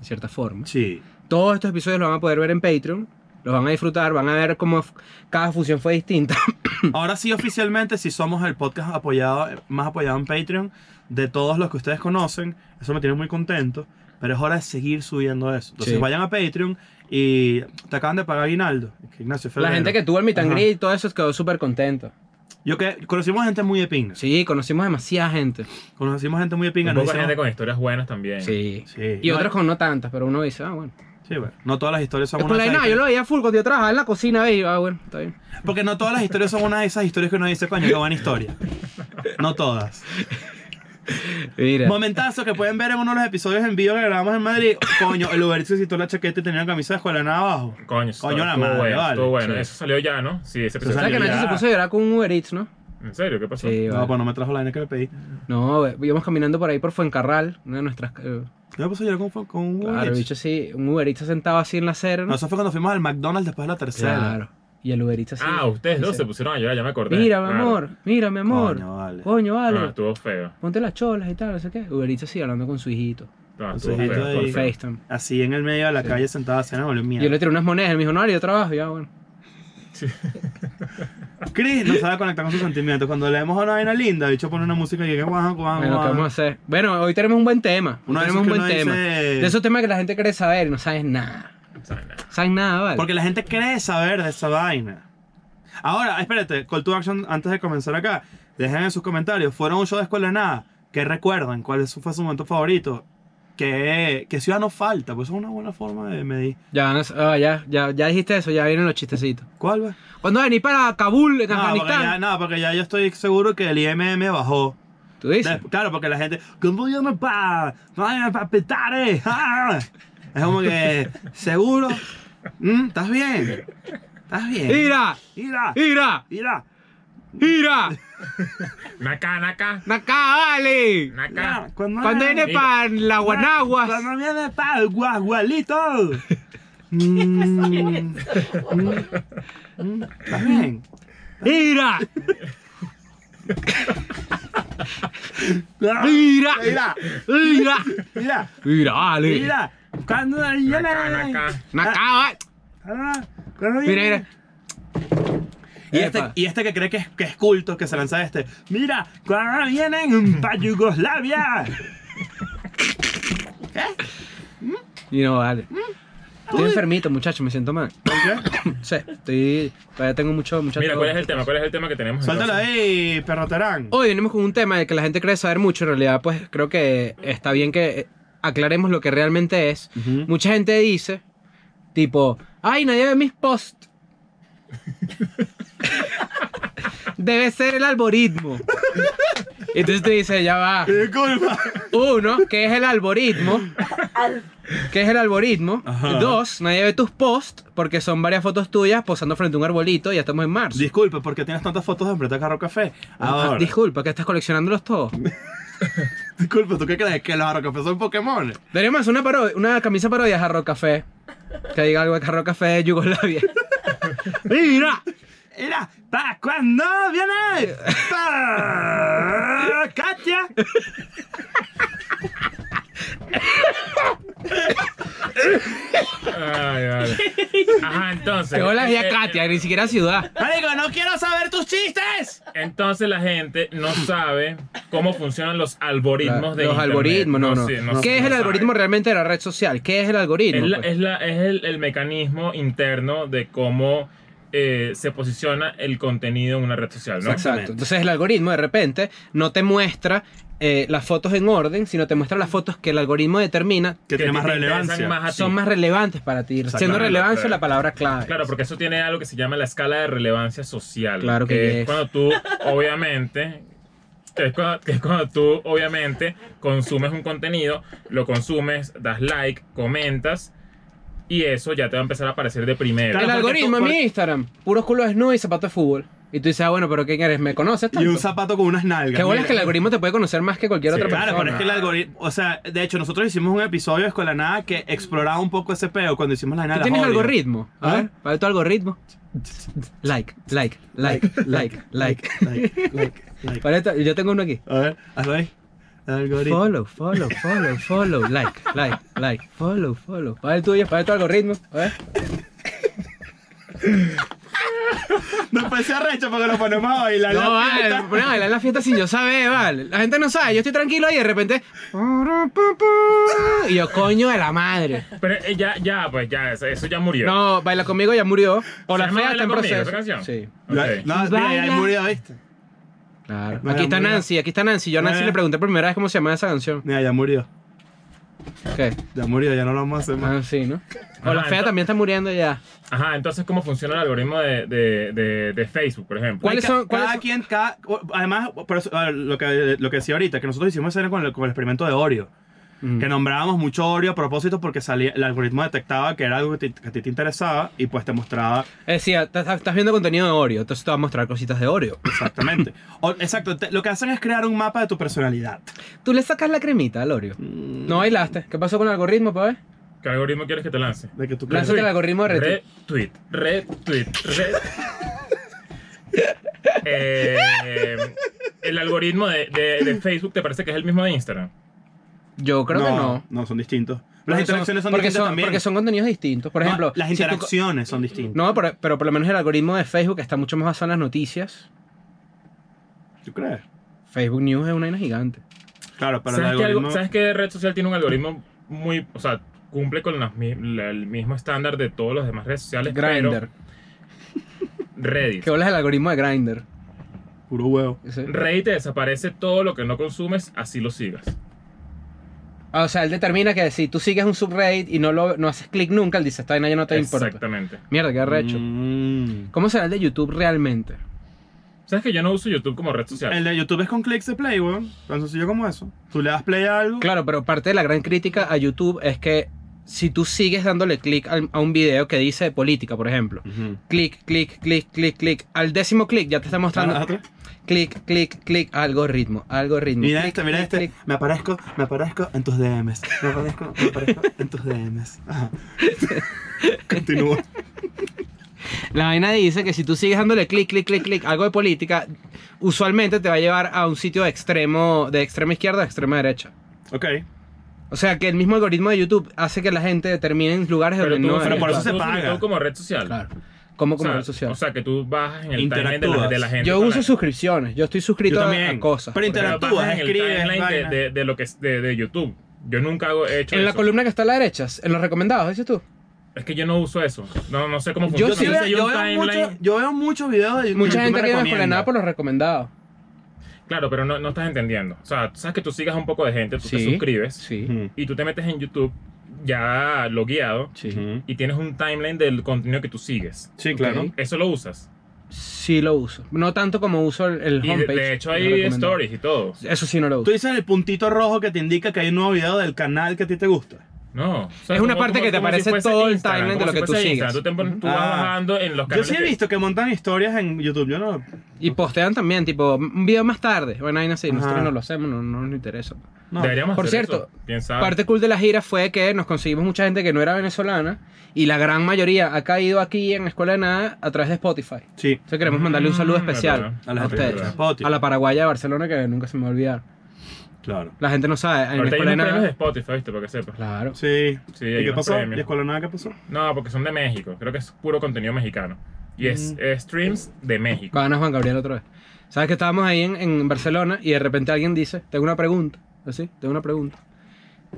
[SPEAKER 4] de cierta forma.
[SPEAKER 3] Sí.
[SPEAKER 4] Todos estos episodios los van a poder ver en Patreon. Los van a disfrutar, van a ver cómo f- cada fusión fue distinta. [LAUGHS]
[SPEAKER 3] Ahora sí, oficialmente, si somos el podcast apoyado, eh, más apoyado en Patreon de todos los que ustedes conocen. Eso me tiene muy contento. Pero es hora de seguir subiendo eso. Entonces
[SPEAKER 4] Sí.
[SPEAKER 3] vayan a Patreon y te acaban de pagar Aguinaldo. que Ignacio
[SPEAKER 4] La
[SPEAKER 3] febrero.
[SPEAKER 4] gente que tuvo el meet and
[SPEAKER 3] Ajá.
[SPEAKER 4] greet y todo eso quedó súper contento.
[SPEAKER 3] Yo que conocimos gente muy de pinga.
[SPEAKER 4] Sí, conocimos demasiada gente.
[SPEAKER 3] Conocimos gente muy de pinga.
[SPEAKER 2] un
[SPEAKER 3] nos
[SPEAKER 2] poco de gente
[SPEAKER 3] hicimos-
[SPEAKER 2] con historias buenas también.
[SPEAKER 4] Sí.
[SPEAKER 3] Sí.
[SPEAKER 4] Y
[SPEAKER 3] No,
[SPEAKER 4] otros Pues con no tantas, pero uno dice, ah, bueno.
[SPEAKER 3] sí, bueno, No todas las historias son
[SPEAKER 4] Es por
[SPEAKER 3] unas
[SPEAKER 4] ahí, no,
[SPEAKER 3] esas-
[SPEAKER 4] yo lo veía full cuando yo trabajaba en la cocina, ve, y yo, ah, bueno, está bien.
[SPEAKER 3] Porque no todas las historias son una de esas historias que uno dice, coño, qué buena
[SPEAKER 4] [LAUGHS]
[SPEAKER 3] historia. No todas.
[SPEAKER 4] Mira.
[SPEAKER 3] Momentazo que pueden ver en uno de los episodios en vivo que grabamos en Madrid. Coño, el Uber se quitó la chaqueta y tenía una camisa de escuela nada abajo.
[SPEAKER 2] Coño, eso
[SPEAKER 3] Coño, la
[SPEAKER 2] estuvo
[SPEAKER 3] madre,
[SPEAKER 2] bueno,
[SPEAKER 3] vale.
[SPEAKER 2] estuvo bueno.
[SPEAKER 4] Sí.
[SPEAKER 2] Eso salió ya, ¿no? Sí, ese
[SPEAKER 3] Eso
[SPEAKER 2] episodio
[SPEAKER 4] ¿Sabes que
[SPEAKER 2] salió
[SPEAKER 4] Nacho
[SPEAKER 3] ya.
[SPEAKER 4] se puso a llorar con un Uber Eats, no?
[SPEAKER 2] ya. ¿En serio? ¿Qué pasó?
[SPEAKER 4] Sí,
[SPEAKER 3] No,
[SPEAKER 4] vale.
[SPEAKER 3] pues no me trajo la vaina que le pedí.
[SPEAKER 4] No, eh, íbamos caminando por ahí por Fuencarral, una de nuestras... eh,
[SPEAKER 3] Yo me puse a llorar con, con un
[SPEAKER 4] claro,
[SPEAKER 3] Uber
[SPEAKER 4] el
[SPEAKER 3] Eats. Ah,
[SPEAKER 4] bicho así, un Uber Eats sentado así en la acera,
[SPEAKER 3] No,
[SPEAKER 4] ¿no?
[SPEAKER 3] eso fue cuando fuimos al McDonald's después de la tercera.
[SPEAKER 4] Claro. Y el Uber Eats así.
[SPEAKER 2] Ah, ustedes dos
[SPEAKER 4] dice,
[SPEAKER 2] se pusieron a llorar, ya me acordé.
[SPEAKER 4] Mira, mi
[SPEAKER 2] Claro.
[SPEAKER 4] amor, mira, mi amor.
[SPEAKER 3] Coño, vale.
[SPEAKER 4] Coño, vale.
[SPEAKER 2] Ah, No, estuvo feo.
[SPEAKER 4] Ponte las cholas y tal, no sé qué. Uber Eats así hablando con su hijito.
[SPEAKER 2] No,
[SPEAKER 3] Los
[SPEAKER 2] estuvo
[SPEAKER 3] ojitos
[SPEAKER 2] feo,
[SPEAKER 3] ahí.
[SPEAKER 2] estuvo
[SPEAKER 4] Por
[SPEAKER 3] sí.
[SPEAKER 2] feo.
[SPEAKER 4] FaceTime.
[SPEAKER 3] Así en el medio de la
[SPEAKER 4] Sí.
[SPEAKER 3] calle sentada se me volvió mierda.
[SPEAKER 4] Yo le tiré unas monedas, él me dijo, no, yo trabajo, ya, bueno.
[SPEAKER 3] Chris no sabe conectar con sus sentimientos. Cuando leemos una vaina linda, el bicho pone una música y que guaja, guaja,
[SPEAKER 4] Bueno, ¿qué
[SPEAKER 3] guaja.
[SPEAKER 4] vamos a hacer? Bueno, hoy tenemos un buen tema. Hoy
[SPEAKER 3] Uno de esos
[SPEAKER 4] tenemos un
[SPEAKER 3] que
[SPEAKER 4] buen
[SPEAKER 3] uno
[SPEAKER 4] tema.
[SPEAKER 3] dice-
[SPEAKER 4] De esos temas que la gente quiere saber y no sabes nada.
[SPEAKER 2] O sea, nada.
[SPEAKER 4] Sabes nada, ¿vale?
[SPEAKER 3] Porque la gente cree saber de esa vaina. Ahora, espérate, Call to Action antes de comenzar acá. Dejen en sus comentarios. ¿Fueron a un show de escuela de nada? ¿Qué recuerdan? ¿Cuál es su- fue su momento favorito? ¿Qué, qué ciudad nos falta? Pues eso es una buena forma de medir.
[SPEAKER 4] Ya, van a s- ah, ya, ya, ya dijiste eso, ya vienen los chistecitos.
[SPEAKER 3] ¿Cuál va?
[SPEAKER 4] Cuando venís para Kabul, en
[SPEAKER 3] No, porque ya,
[SPEAKER 4] Afganistán,
[SPEAKER 3] no, porque ya yo estoy seguro que el IMM bajó.
[SPEAKER 4] tú dices.
[SPEAKER 3] Des- Claro, porque la gente. ¿Cómo yo me pa? ¡Vayan a petar! eh". [LAUGHS] ¡Ah! Es como que. ¿Seguro? ¿Mm? ¿Estás bien? ¿Estás bien?
[SPEAKER 4] pues, ¡Ira!
[SPEAKER 3] ¡Mira!
[SPEAKER 4] ¡Ira!
[SPEAKER 3] ¡Mira!
[SPEAKER 4] ¡Ira!
[SPEAKER 2] Naka, naka,
[SPEAKER 4] ¡Nacá, vale!
[SPEAKER 2] naka.
[SPEAKER 3] Cuando,
[SPEAKER 4] Cuando viene
[SPEAKER 2] Mira.
[SPEAKER 4] para la Guanaguas.
[SPEAKER 3] Cuando viene pa el guagualito.
[SPEAKER 4] [LAUGHS]
[SPEAKER 3] Mm, mm, mm, ¿Estás bien?
[SPEAKER 4] ¡Ira!
[SPEAKER 3] Ah,
[SPEAKER 4] ¡Ira!
[SPEAKER 3] ¡Mira!
[SPEAKER 4] ¡Ira!
[SPEAKER 3] ¡Mira!
[SPEAKER 4] ¡Ira, vale!
[SPEAKER 3] ¡Mira! Cuando viene.
[SPEAKER 2] Naka, naka.
[SPEAKER 4] ¡Nacá, vale!
[SPEAKER 3] Ah, cuando
[SPEAKER 4] Mira,
[SPEAKER 3] viene-
[SPEAKER 4] mira.
[SPEAKER 3] Y
[SPEAKER 4] Epa.
[SPEAKER 3] este, y este que cree que es, que es culto, que se lanza este. Mira, cuando
[SPEAKER 4] [LAUGHS]
[SPEAKER 3] vienen para Yugoslavia.
[SPEAKER 4] Y no vale. Estoy enfermito, muchacho, me siento mal. [COUGHS] Sí, estoy. Todavía tengo mucho, mucho.
[SPEAKER 2] Mira, ¿cuál es el tema? ¿Cuál es el tema que tenemos?
[SPEAKER 3] Suéltalo
[SPEAKER 2] entonces?
[SPEAKER 3] ahí, perroterán.
[SPEAKER 4] Hoy venimos con un tema del que la gente cree saber mucho. En realidad, pues creo que está bien que eh, aclaremos lo que realmente es.
[SPEAKER 3] Ujú.
[SPEAKER 4] Mucha gente dice, tipo, ay, nadie ve
[SPEAKER 3] [LAUGHS]
[SPEAKER 4] mis posts. Debe ser el algoritmo. Y entonces te dice, ya va.
[SPEAKER 3] Disculpa. [LAUGHS]
[SPEAKER 4] Uno, que es el algoritmo. Que es el algoritmo.
[SPEAKER 3] Ajá.
[SPEAKER 4] Dos, nadie ve tus posts porque son varias fotos tuyas posando frente a un arbolito y ya estamos en marzo.
[SPEAKER 3] Disculpa, porque tienes tantas fotos de frente a Carro Café.
[SPEAKER 4] Ah,
[SPEAKER 3] Ahora,
[SPEAKER 4] disculpa, que estás coleccionándolos todos.
[SPEAKER 3] disculpa, ¿tú qué crees? ¿Que los Carro Café son Pokémon?
[SPEAKER 4] Deberíamos hacer una, paro- una camisa parodia de Jarro Café. Que diga algo de Jarro Café de Yugoslavia. ¡Mira!
[SPEAKER 3] Mira, ¿para cuándo viene? Pa- ¡Katia!
[SPEAKER 2] Ay, vale.
[SPEAKER 4] [LAUGHS]
[SPEAKER 2] Ajá, entonces.
[SPEAKER 4] Que hola
[SPEAKER 2] eh,
[SPEAKER 4] a
[SPEAKER 2] eh,
[SPEAKER 4] Katia, ni siquiera ciudad.
[SPEAKER 3] Marico, no quiero saber tus chistes.
[SPEAKER 2] Entonces la gente no sabe cómo funcionan los algoritmos de
[SPEAKER 4] Los
[SPEAKER 2] internet.
[SPEAKER 4] algoritmos, no, no.
[SPEAKER 2] sí,
[SPEAKER 4] ¿Qué
[SPEAKER 2] sí,
[SPEAKER 4] es el
[SPEAKER 2] sabe.
[SPEAKER 4] algoritmo realmente de la red social? ¿Qué es el algoritmo?
[SPEAKER 2] Es, la-
[SPEAKER 4] pues?
[SPEAKER 2] es la- es el, el mecanismo interno de cómo eh, se posiciona el contenido en una red social, ¿no?
[SPEAKER 4] Exacto. Entonces el algoritmo de repente no te muestra eh, las fotos en orden, sino te muestra las fotos que el algoritmo determina
[SPEAKER 3] Que
[SPEAKER 2] te
[SPEAKER 3] tiene más
[SPEAKER 2] interesan
[SPEAKER 3] relevancia.
[SPEAKER 2] más a ti.
[SPEAKER 4] son más relevantes para ti, siendo
[SPEAKER 3] Exactamente,
[SPEAKER 4] relevancia
[SPEAKER 2] Ah, claro.
[SPEAKER 4] la palabra clave.
[SPEAKER 2] Claro, porque eso tiene algo que se llama la escala de relevancia social.
[SPEAKER 4] Claro que
[SPEAKER 2] es
[SPEAKER 4] es.
[SPEAKER 2] cuando
[SPEAKER 4] [LAUGHS]
[SPEAKER 2] tú, obviamente, que es cuando, que es cuando tú, obviamente, consumes un contenido, lo consumes, das like, comentas, y eso ya te va a empezar a aparecer de primero.
[SPEAKER 4] el
[SPEAKER 3] Claro, porque
[SPEAKER 4] algoritmo
[SPEAKER 3] tú-
[SPEAKER 4] en
[SPEAKER 3] porque-
[SPEAKER 4] mi Instagram, puros culos desnudos y zapatos de fútbol. Y tú dices, ah, bueno, pero ¿quién eres? ¿Me conoces?
[SPEAKER 3] Y
[SPEAKER 4] Tanto?
[SPEAKER 3] un zapato con unas nalgas.
[SPEAKER 4] Qué bueno es
[SPEAKER 3] Mira.
[SPEAKER 4] que el algoritmo te puede conocer más que cualquier
[SPEAKER 2] Sí,
[SPEAKER 4] otra persona.
[SPEAKER 3] Claro, pero es que el algoritmo, o sea, de hecho nosotros hicimos un episodio de Escuela Nada que exploraba un poco ese peo cuando hicimos la nada.
[SPEAKER 4] ¿Tú tienes algoritmo? A
[SPEAKER 3] ¿Ah?
[SPEAKER 4] ver, ¿cuál es tu algoritmo? Like, like,
[SPEAKER 3] [LAUGHS]
[SPEAKER 4] like, like, like.
[SPEAKER 3] like, like, like.
[SPEAKER 4] ¿Cuál es tu- Yo tengo uno aquí.
[SPEAKER 3] A ver, hazlo ahí. Algoritmo.
[SPEAKER 4] Follow, follow, follow, follow, like, like, like, follow, follow. Para el tuyo, para tu algoritmo. A ver.
[SPEAKER 3] No pensé arrecho porque lo ponemos a bailar.
[SPEAKER 4] No,
[SPEAKER 3] la
[SPEAKER 4] vale,
[SPEAKER 3] fiesta.
[SPEAKER 4] no, vale, en la fiesta sin yo saber, vale. La gente no sabe, yo estoy tranquilo y de repente. Y yo, coño de la madre.
[SPEAKER 2] Pero eh, ya, ya, pues ya, eso, eso ya murió.
[SPEAKER 4] No, baila conmigo ya murió. O
[SPEAKER 2] ¿Se
[SPEAKER 4] la
[SPEAKER 2] llama
[SPEAKER 4] fea
[SPEAKER 2] Baila
[SPEAKER 4] está en
[SPEAKER 2] Conmigo,
[SPEAKER 4] proceso.
[SPEAKER 2] esa canción?
[SPEAKER 4] Sí.
[SPEAKER 2] Ok.
[SPEAKER 3] No, mira, ya
[SPEAKER 4] Baila.
[SPEAKER 3] murió, ¿viste?
[SPEAKER 4] Claro.
[SPEAKER 3] Baila
[SPEAKER 4] Aquí está
[SPEAKER 3] conmigo.
[SPEAKER 4] Nancy, aquí está Nancy. Yo a Nancy
[SPEAKER 3] Baila.
[SPEAKER 4] le pregunté por primera vez cómo se llamaba esa canción.
[SPEAKER 3] Mira, ya murió.
[SPEAKER 4] ¿Qué?
[SPEAKER 3] Ya murió, ya no lo vamos a hacer más.
[SPEAKER 4] Ah, sí, ¿no? O
[SPEAKER 2] Ajá,
[SPEAKER 4] la fea
[SPEAKER 2] ento-
[SPEAKER 4] también está muriendo ya.
[SPEAKER 2] Ajá, entonces, ¿cómo funciona el algoritmo de, de- de- de Facebook, por ejemplo?
[SPEAKER 4] ¿Cuáles
[SPEAKER 3] Ca-
[SPEAKER 4] son? cuáles
[SPEAKER 3] cada
[SPEAKER 4] son-
[SPEAKER 3] quien, cada, además, por eso, ah, lo, que, lo que decía ahorita, que nosotros hicimos era con el, con el experimento de Oreo.
[SPEAKER 4] Mm.
[SPEAKER 3] Que nombrábamos mucho Oreo a propósito porque salía, el algoritmo detectaba que era algo que, te- que a ti te interesaba y pues te mostraba
[SPEAKER 4] Eh, Decía, "Estás- estás viendo contenido de Oreo, entonces te va a mostrar cositas de Oreo. [LAUGHS]
[SPEAKER 3] Exactamente. O- exacto, te- lo que hacen es crear un mapa de tu personalidad.
[SPEAKER 4] Tú le sacas la cremita al Oreo.
[SPEAKER 3] Mm.
[SPEAKER 4] No bailaste. ¿Qué pasó con el algoritmo, pa' ver?
[SPEAKER 2] ¿Qué algoritmo quieres que te lance?
[SPEAKER 3] De que tú crees.
[SPEAKER 4] Lánzate el algoritmo de retweet.
[SPEAKER 2] Retweet, retweet, retweet. Eh, el algoritmo de, de- de Facebook te parece que es el mismo de Instagram.
[SPEAKER 4] Yo creo que no.
[SPEAKER 3] No, son distintos. Las
[SPEAKER 4] Porque
[SPEAKER 3] interacciones son,
[SPEAKER 4] porque
[SPEAKER 3] distintas también.
[SPEAKER 4] Porque son contenidos distintos. Por
[SPEAKER 3] No,
[SPEAKER 4] ejemplo,
[SPEAKER 3] las
[SPEAKER 4] si tú-
[SPEAKER 3] interacciones son distintas.
[SPEAKER 4] no, pero, pero por lo menos el algoritmo de Facebook está mucho más basado en las noticias.
[SPEAKER 3] ¿Tú crees?
[SPEAKER 4] Facebook News es una vaina gigante.
[SPEAKER 3] Claro, pero el
[SPEAKER 2] ¿Sabes, qué algo-
[SPEAKER 3] algoritmo.
[SPEAKER 2] sabes qué red social tiene un algoritmo muy. O sea, cumple con las mi- la- el mismo estándar de todas las demás redes sociales.
[SPEAKER 4] Grindr.
[SPEAKER 2] Pero Reddit.
[SPEAKER 4] ¿Qué hablas el algoritmo de Grindr?
[SPEAKER 3] Puro huevo.
[SPEAKER 4] Ese-
[SPEAKER 2] Reddit te desaparece todo lo que no consumes, así lo sigas.
[SPEAKER 4] Ah, o sea, él determina que si tú sigues un subreddit y no, lo, no haces clic nunca, él dice, esta vaina ya no te importa.
[SPEAKER 2] Exactamente.
[SPEAKER 4] Mierda, qué arrecho.
[SPEAKER 3] Mm.
[SPEAKER 4] ¿Cómo será el de YouTube realmente?
[SPEAKER 2] ¿Sabes que yo no uso YouTube como red social?
[SPEAKER 3] El de YouTube es con clics de play, weón. Tan sencillo como eso. Tú le das play a algo.
[SPEAKER 4] Claro, pero parte de la gran crítica a YouTube es que si tú sigues dándole clic al- a un video que dice de política, por ejemplo,
[SPEAKER 3] Ujú.
[SPEAKER 4] clic, clic, clic, clic, clic, al décimo clic ya te está mostrando
[SPEAKER 3] Ah, atrás.
[SPEAKER 4] clic, clic, clic, algoritmo, algoritmo.
[SPEAKER 3] Mira
[SPEAKER 4] clic,
[SPEAKER 3] este, mira
[SPEAKER 4] clic,
[SPEAKER 3] este.
[SPEAKER 4] clic.
[SPEAKER 3] Me aparezco, me aparezco en tus DMs. Me aparezco, me aparezco en tus DMs.
[SPEAKER 4] [LAUGHS]
[SPEAKER 3] Ajá. Continúa.
[SPEAKER 4] La vaina dice que si tú sigues dándole clic, clic, clic, clic, algo de política, usualmente te va a llevar a un sitio de extremo, de extrema izquierda a extrema derecha.
[SPEAKER 3] Ok.
[SPEAKER 4] O sea, que el mismo algoritmo de YouTube hace que la gente termine en lugares
[SPEAKER 2] pero,
[SPEAKER 4] donde
[SPEAKER 2] tú
[SPEAKER 4] no
[SPEAKER 2] usas-
[SPEAKER 3] pero por
[SPEAKER 2] tú
[SPEAKER 3] eso se
[SPEAKER 2] usas
[SPEAKER 3] paga.
[SPEAKER 2] YouTube como red social.
[SPEAKER 4] Claro. Como como
[SPEAKER 2] o sea,
[SPEAKER 4] red social.
[SPEAKER 2] O sea, que tú bajas en el timeline de la,
[SPEAKER 3] Interactúas.
[SPEAKER 2] de la gente.
[SPEAKER 4] yo
[SPEAKER 2] con la-
[SPEAKER 4] uso suscripciones, yo estoy suscrito
[SPEAKER 3] Yo
[SPEAKER 4] a-
[SPEAKER 3] también.
[SPEAKER 4] a, cosas.
[SPEAKER 3] Pero
[SPEAKER 4] por
[SPEAKER 2] pero
[SPEAKER 3] interactúas,
[SPEAKER 2] bajas en el
[SPEAKER 3] escribes,
[SPEAKER 2] timeline de,
[SPEAKER 3] vaina.
[SPEAKER 2] de- de lo que es de, de YouTube. Yo nunca hago, he hecho
[SPEAKER 4] En la
[SPEAKER 2] eso.
[SPEAKER 4] columna que está a la derecha, en los recomendados, dices tú.
[SPEAKER 2] Es que yo no uso eso. No, no sé cómo
[SPEAKER 4] Yo
[SPEAKER 2] funciona.
[SPEAKER 4] sí
[SPEAKER 2] Yo sé,
[SPEAKER 4] veo-
[SPEAKER 3] yo,
[SPEAKER 2] un
[SPEAKER 3] veo
[SPEAKER 2] timeline-
[SPEAKER 3] mucho- yo veo muchos videos de YouTube.
[SPEAKER 4] Mucha
[SPEAKER 3] que
[SPEAKER 4] gente
[SPEAKER 3] me
[SPEAKER 4] que viene por
[SPEAKER 3] recomienda.
[SPEAKER 4] la nada por los recomendados.
[SPEAKER 2] Claro, pero no, no estás entendiendo. O sea, tú sabes que tú sigas a un poco de gente, tú te
[SPEAKER 4] Sí.
[SPEAKER 2] suscribes
[SPEAKER 4] Sí.
[SPEAKER 3] Ujú.
[SPEAKER 2] y tú te metes en YouTube ya logueado
[SPEAKER 4] Sí.
[SPEAKER 3] Ujú.
[SPEAKER 2] y tienes un timeline del contenido que tú sigues.
[SPEAKER 3] Sí, claro.
[SPEAKER 4] Ok.
[SPEAKER 2] Eso lo usas.
[SPEAKER 4] Sí lo uso. No tanto como uso el, el
[SPEAKER 2] Y de,
[SPEAKER 4] homepage.
[SPEAKER 2] de hecho
[SPEAKER 4] los
[SPEAKER 2] hay
[SPEAKER 4] recomendados.
[SPEAKER 2] stories y todo.
[SPEAKER 4] Eso sí no lo
[SPEAKER 3] Tú
[SPEAKER 4] uso.
[SPEAKER 3] dices el puntito rojo que te indica que hay un nuevo video del canal que a ti te gusta.
[SPEAKER 2] No. o sea,
[SPEAKER 4] Es una
[SPEAKER 2] como-
[SPEAKER 4] parte
[SPEAKER 2] como-
[SPEAKER 4] que te
[SPEAKER 2] como
[SPEAKER 4] aparece
[SPEAKER 2] si fuese
[SPEAKER 4] todo el
[SPEAKER 2] Instagram,
[SPEAKER 4] timeline de
[SPEAKER 2] como
[SPEAKER 4] lo que
[SPEAKER 2] si
[SPEAKER 4] tú
[SPEAKER 2] fuese
[SPEAKER 4] sigues.
[SPEAKER 2] Instagram. Tú, te pon- tú
[SPEAKER 3] Ujú.
[SPEAKER 2] vas
[SPEAKER 3] Ah.
[SPEAKER 2] bajando en los
[SPEAKER 3] Yo
[SPEAKER 2] canales.
[SPEAKER 3] sí he
[SPEAKER 2] que-
[SPEAKER 3] visto que montan historias en YouTube. Yo no.
[SPEAKER 4] Y postean también, tipo, un video más tarde. Bueno, ahí no sé, nosotros
[SPEAKER 3] Ajá.
[SPEAKER 4] no lo hacemos, no, no nos interesa.
[SPEAKER 3] no.
[SPEAKER 2] Deberíamos
[SPEAKER 4] Por
[SPEAKER 2] hacer
[SPEAKER 4] cierto,
[SPEAKER 2] eso. ¿Quién sabe?
[SPEAKER 4] Parte cool de la gira fue que nos conseguimos mucha gente que no era venezolana y la gran mayoría ha caído aquí en Escuela de Nada a través de Spotify.
[SPEAKER 3] Sí.
[SPEAKER 4] Entonces queremos mandarle un saludo
[SPEAKER 2] Mm,
[SPEAKER 4] especial
[SPEAKER 2] verdad.
[SPEAKER 3] A la
[SPEAKER 4] a
[SPEAKER 3] gente
[SPEAKER 4] ustedes.
[SPEAKER 3] de Spotify.
[SPEAKER 4] A la paraguaya de Barcelona que nunca se me va a olvidar.
[SPEAKER 3] Claro.
[SPEAKER 4] La gente no sabe,
[SPEAKER 2] Ahorita
[SPEAKER 4] en
[SPEAKER 2] hay
[SPEAKER 4] Escuela de
[SPEAKER 2] unos premios de
[SPEAKER 4] Nada...
[SPEAKER 2] Spotify, ¿viste? Para que sepas.
[SPEAKER 4] Claro.
[SPEAKER 3] Sí.
[SPEAKER 2] Sí,
[SPEAKER 3] ¿Y
[SPEAKER 2] hay
[SPEAKER 3] qué
[SPEAKER 2] unos
[SPEAKER 3] pasó?
[SPEAKER 2] premios.
[SPEAKER 3] ¿Y escuela nada qué pasó?
[SPEAKER 2] No, porque son de México. Creo que es puro contenido mexicano. Y es
[SPEAKER 3] Mm.
[SPEAKER 2] eh, streams de México.
[SPEAKER 4] Gana Juan Gabriel otra vez. Sabes que estábamos ahí en, en Barcelona y de repente alguien dice, tengo una pregunta. Así, tengo una pregunta.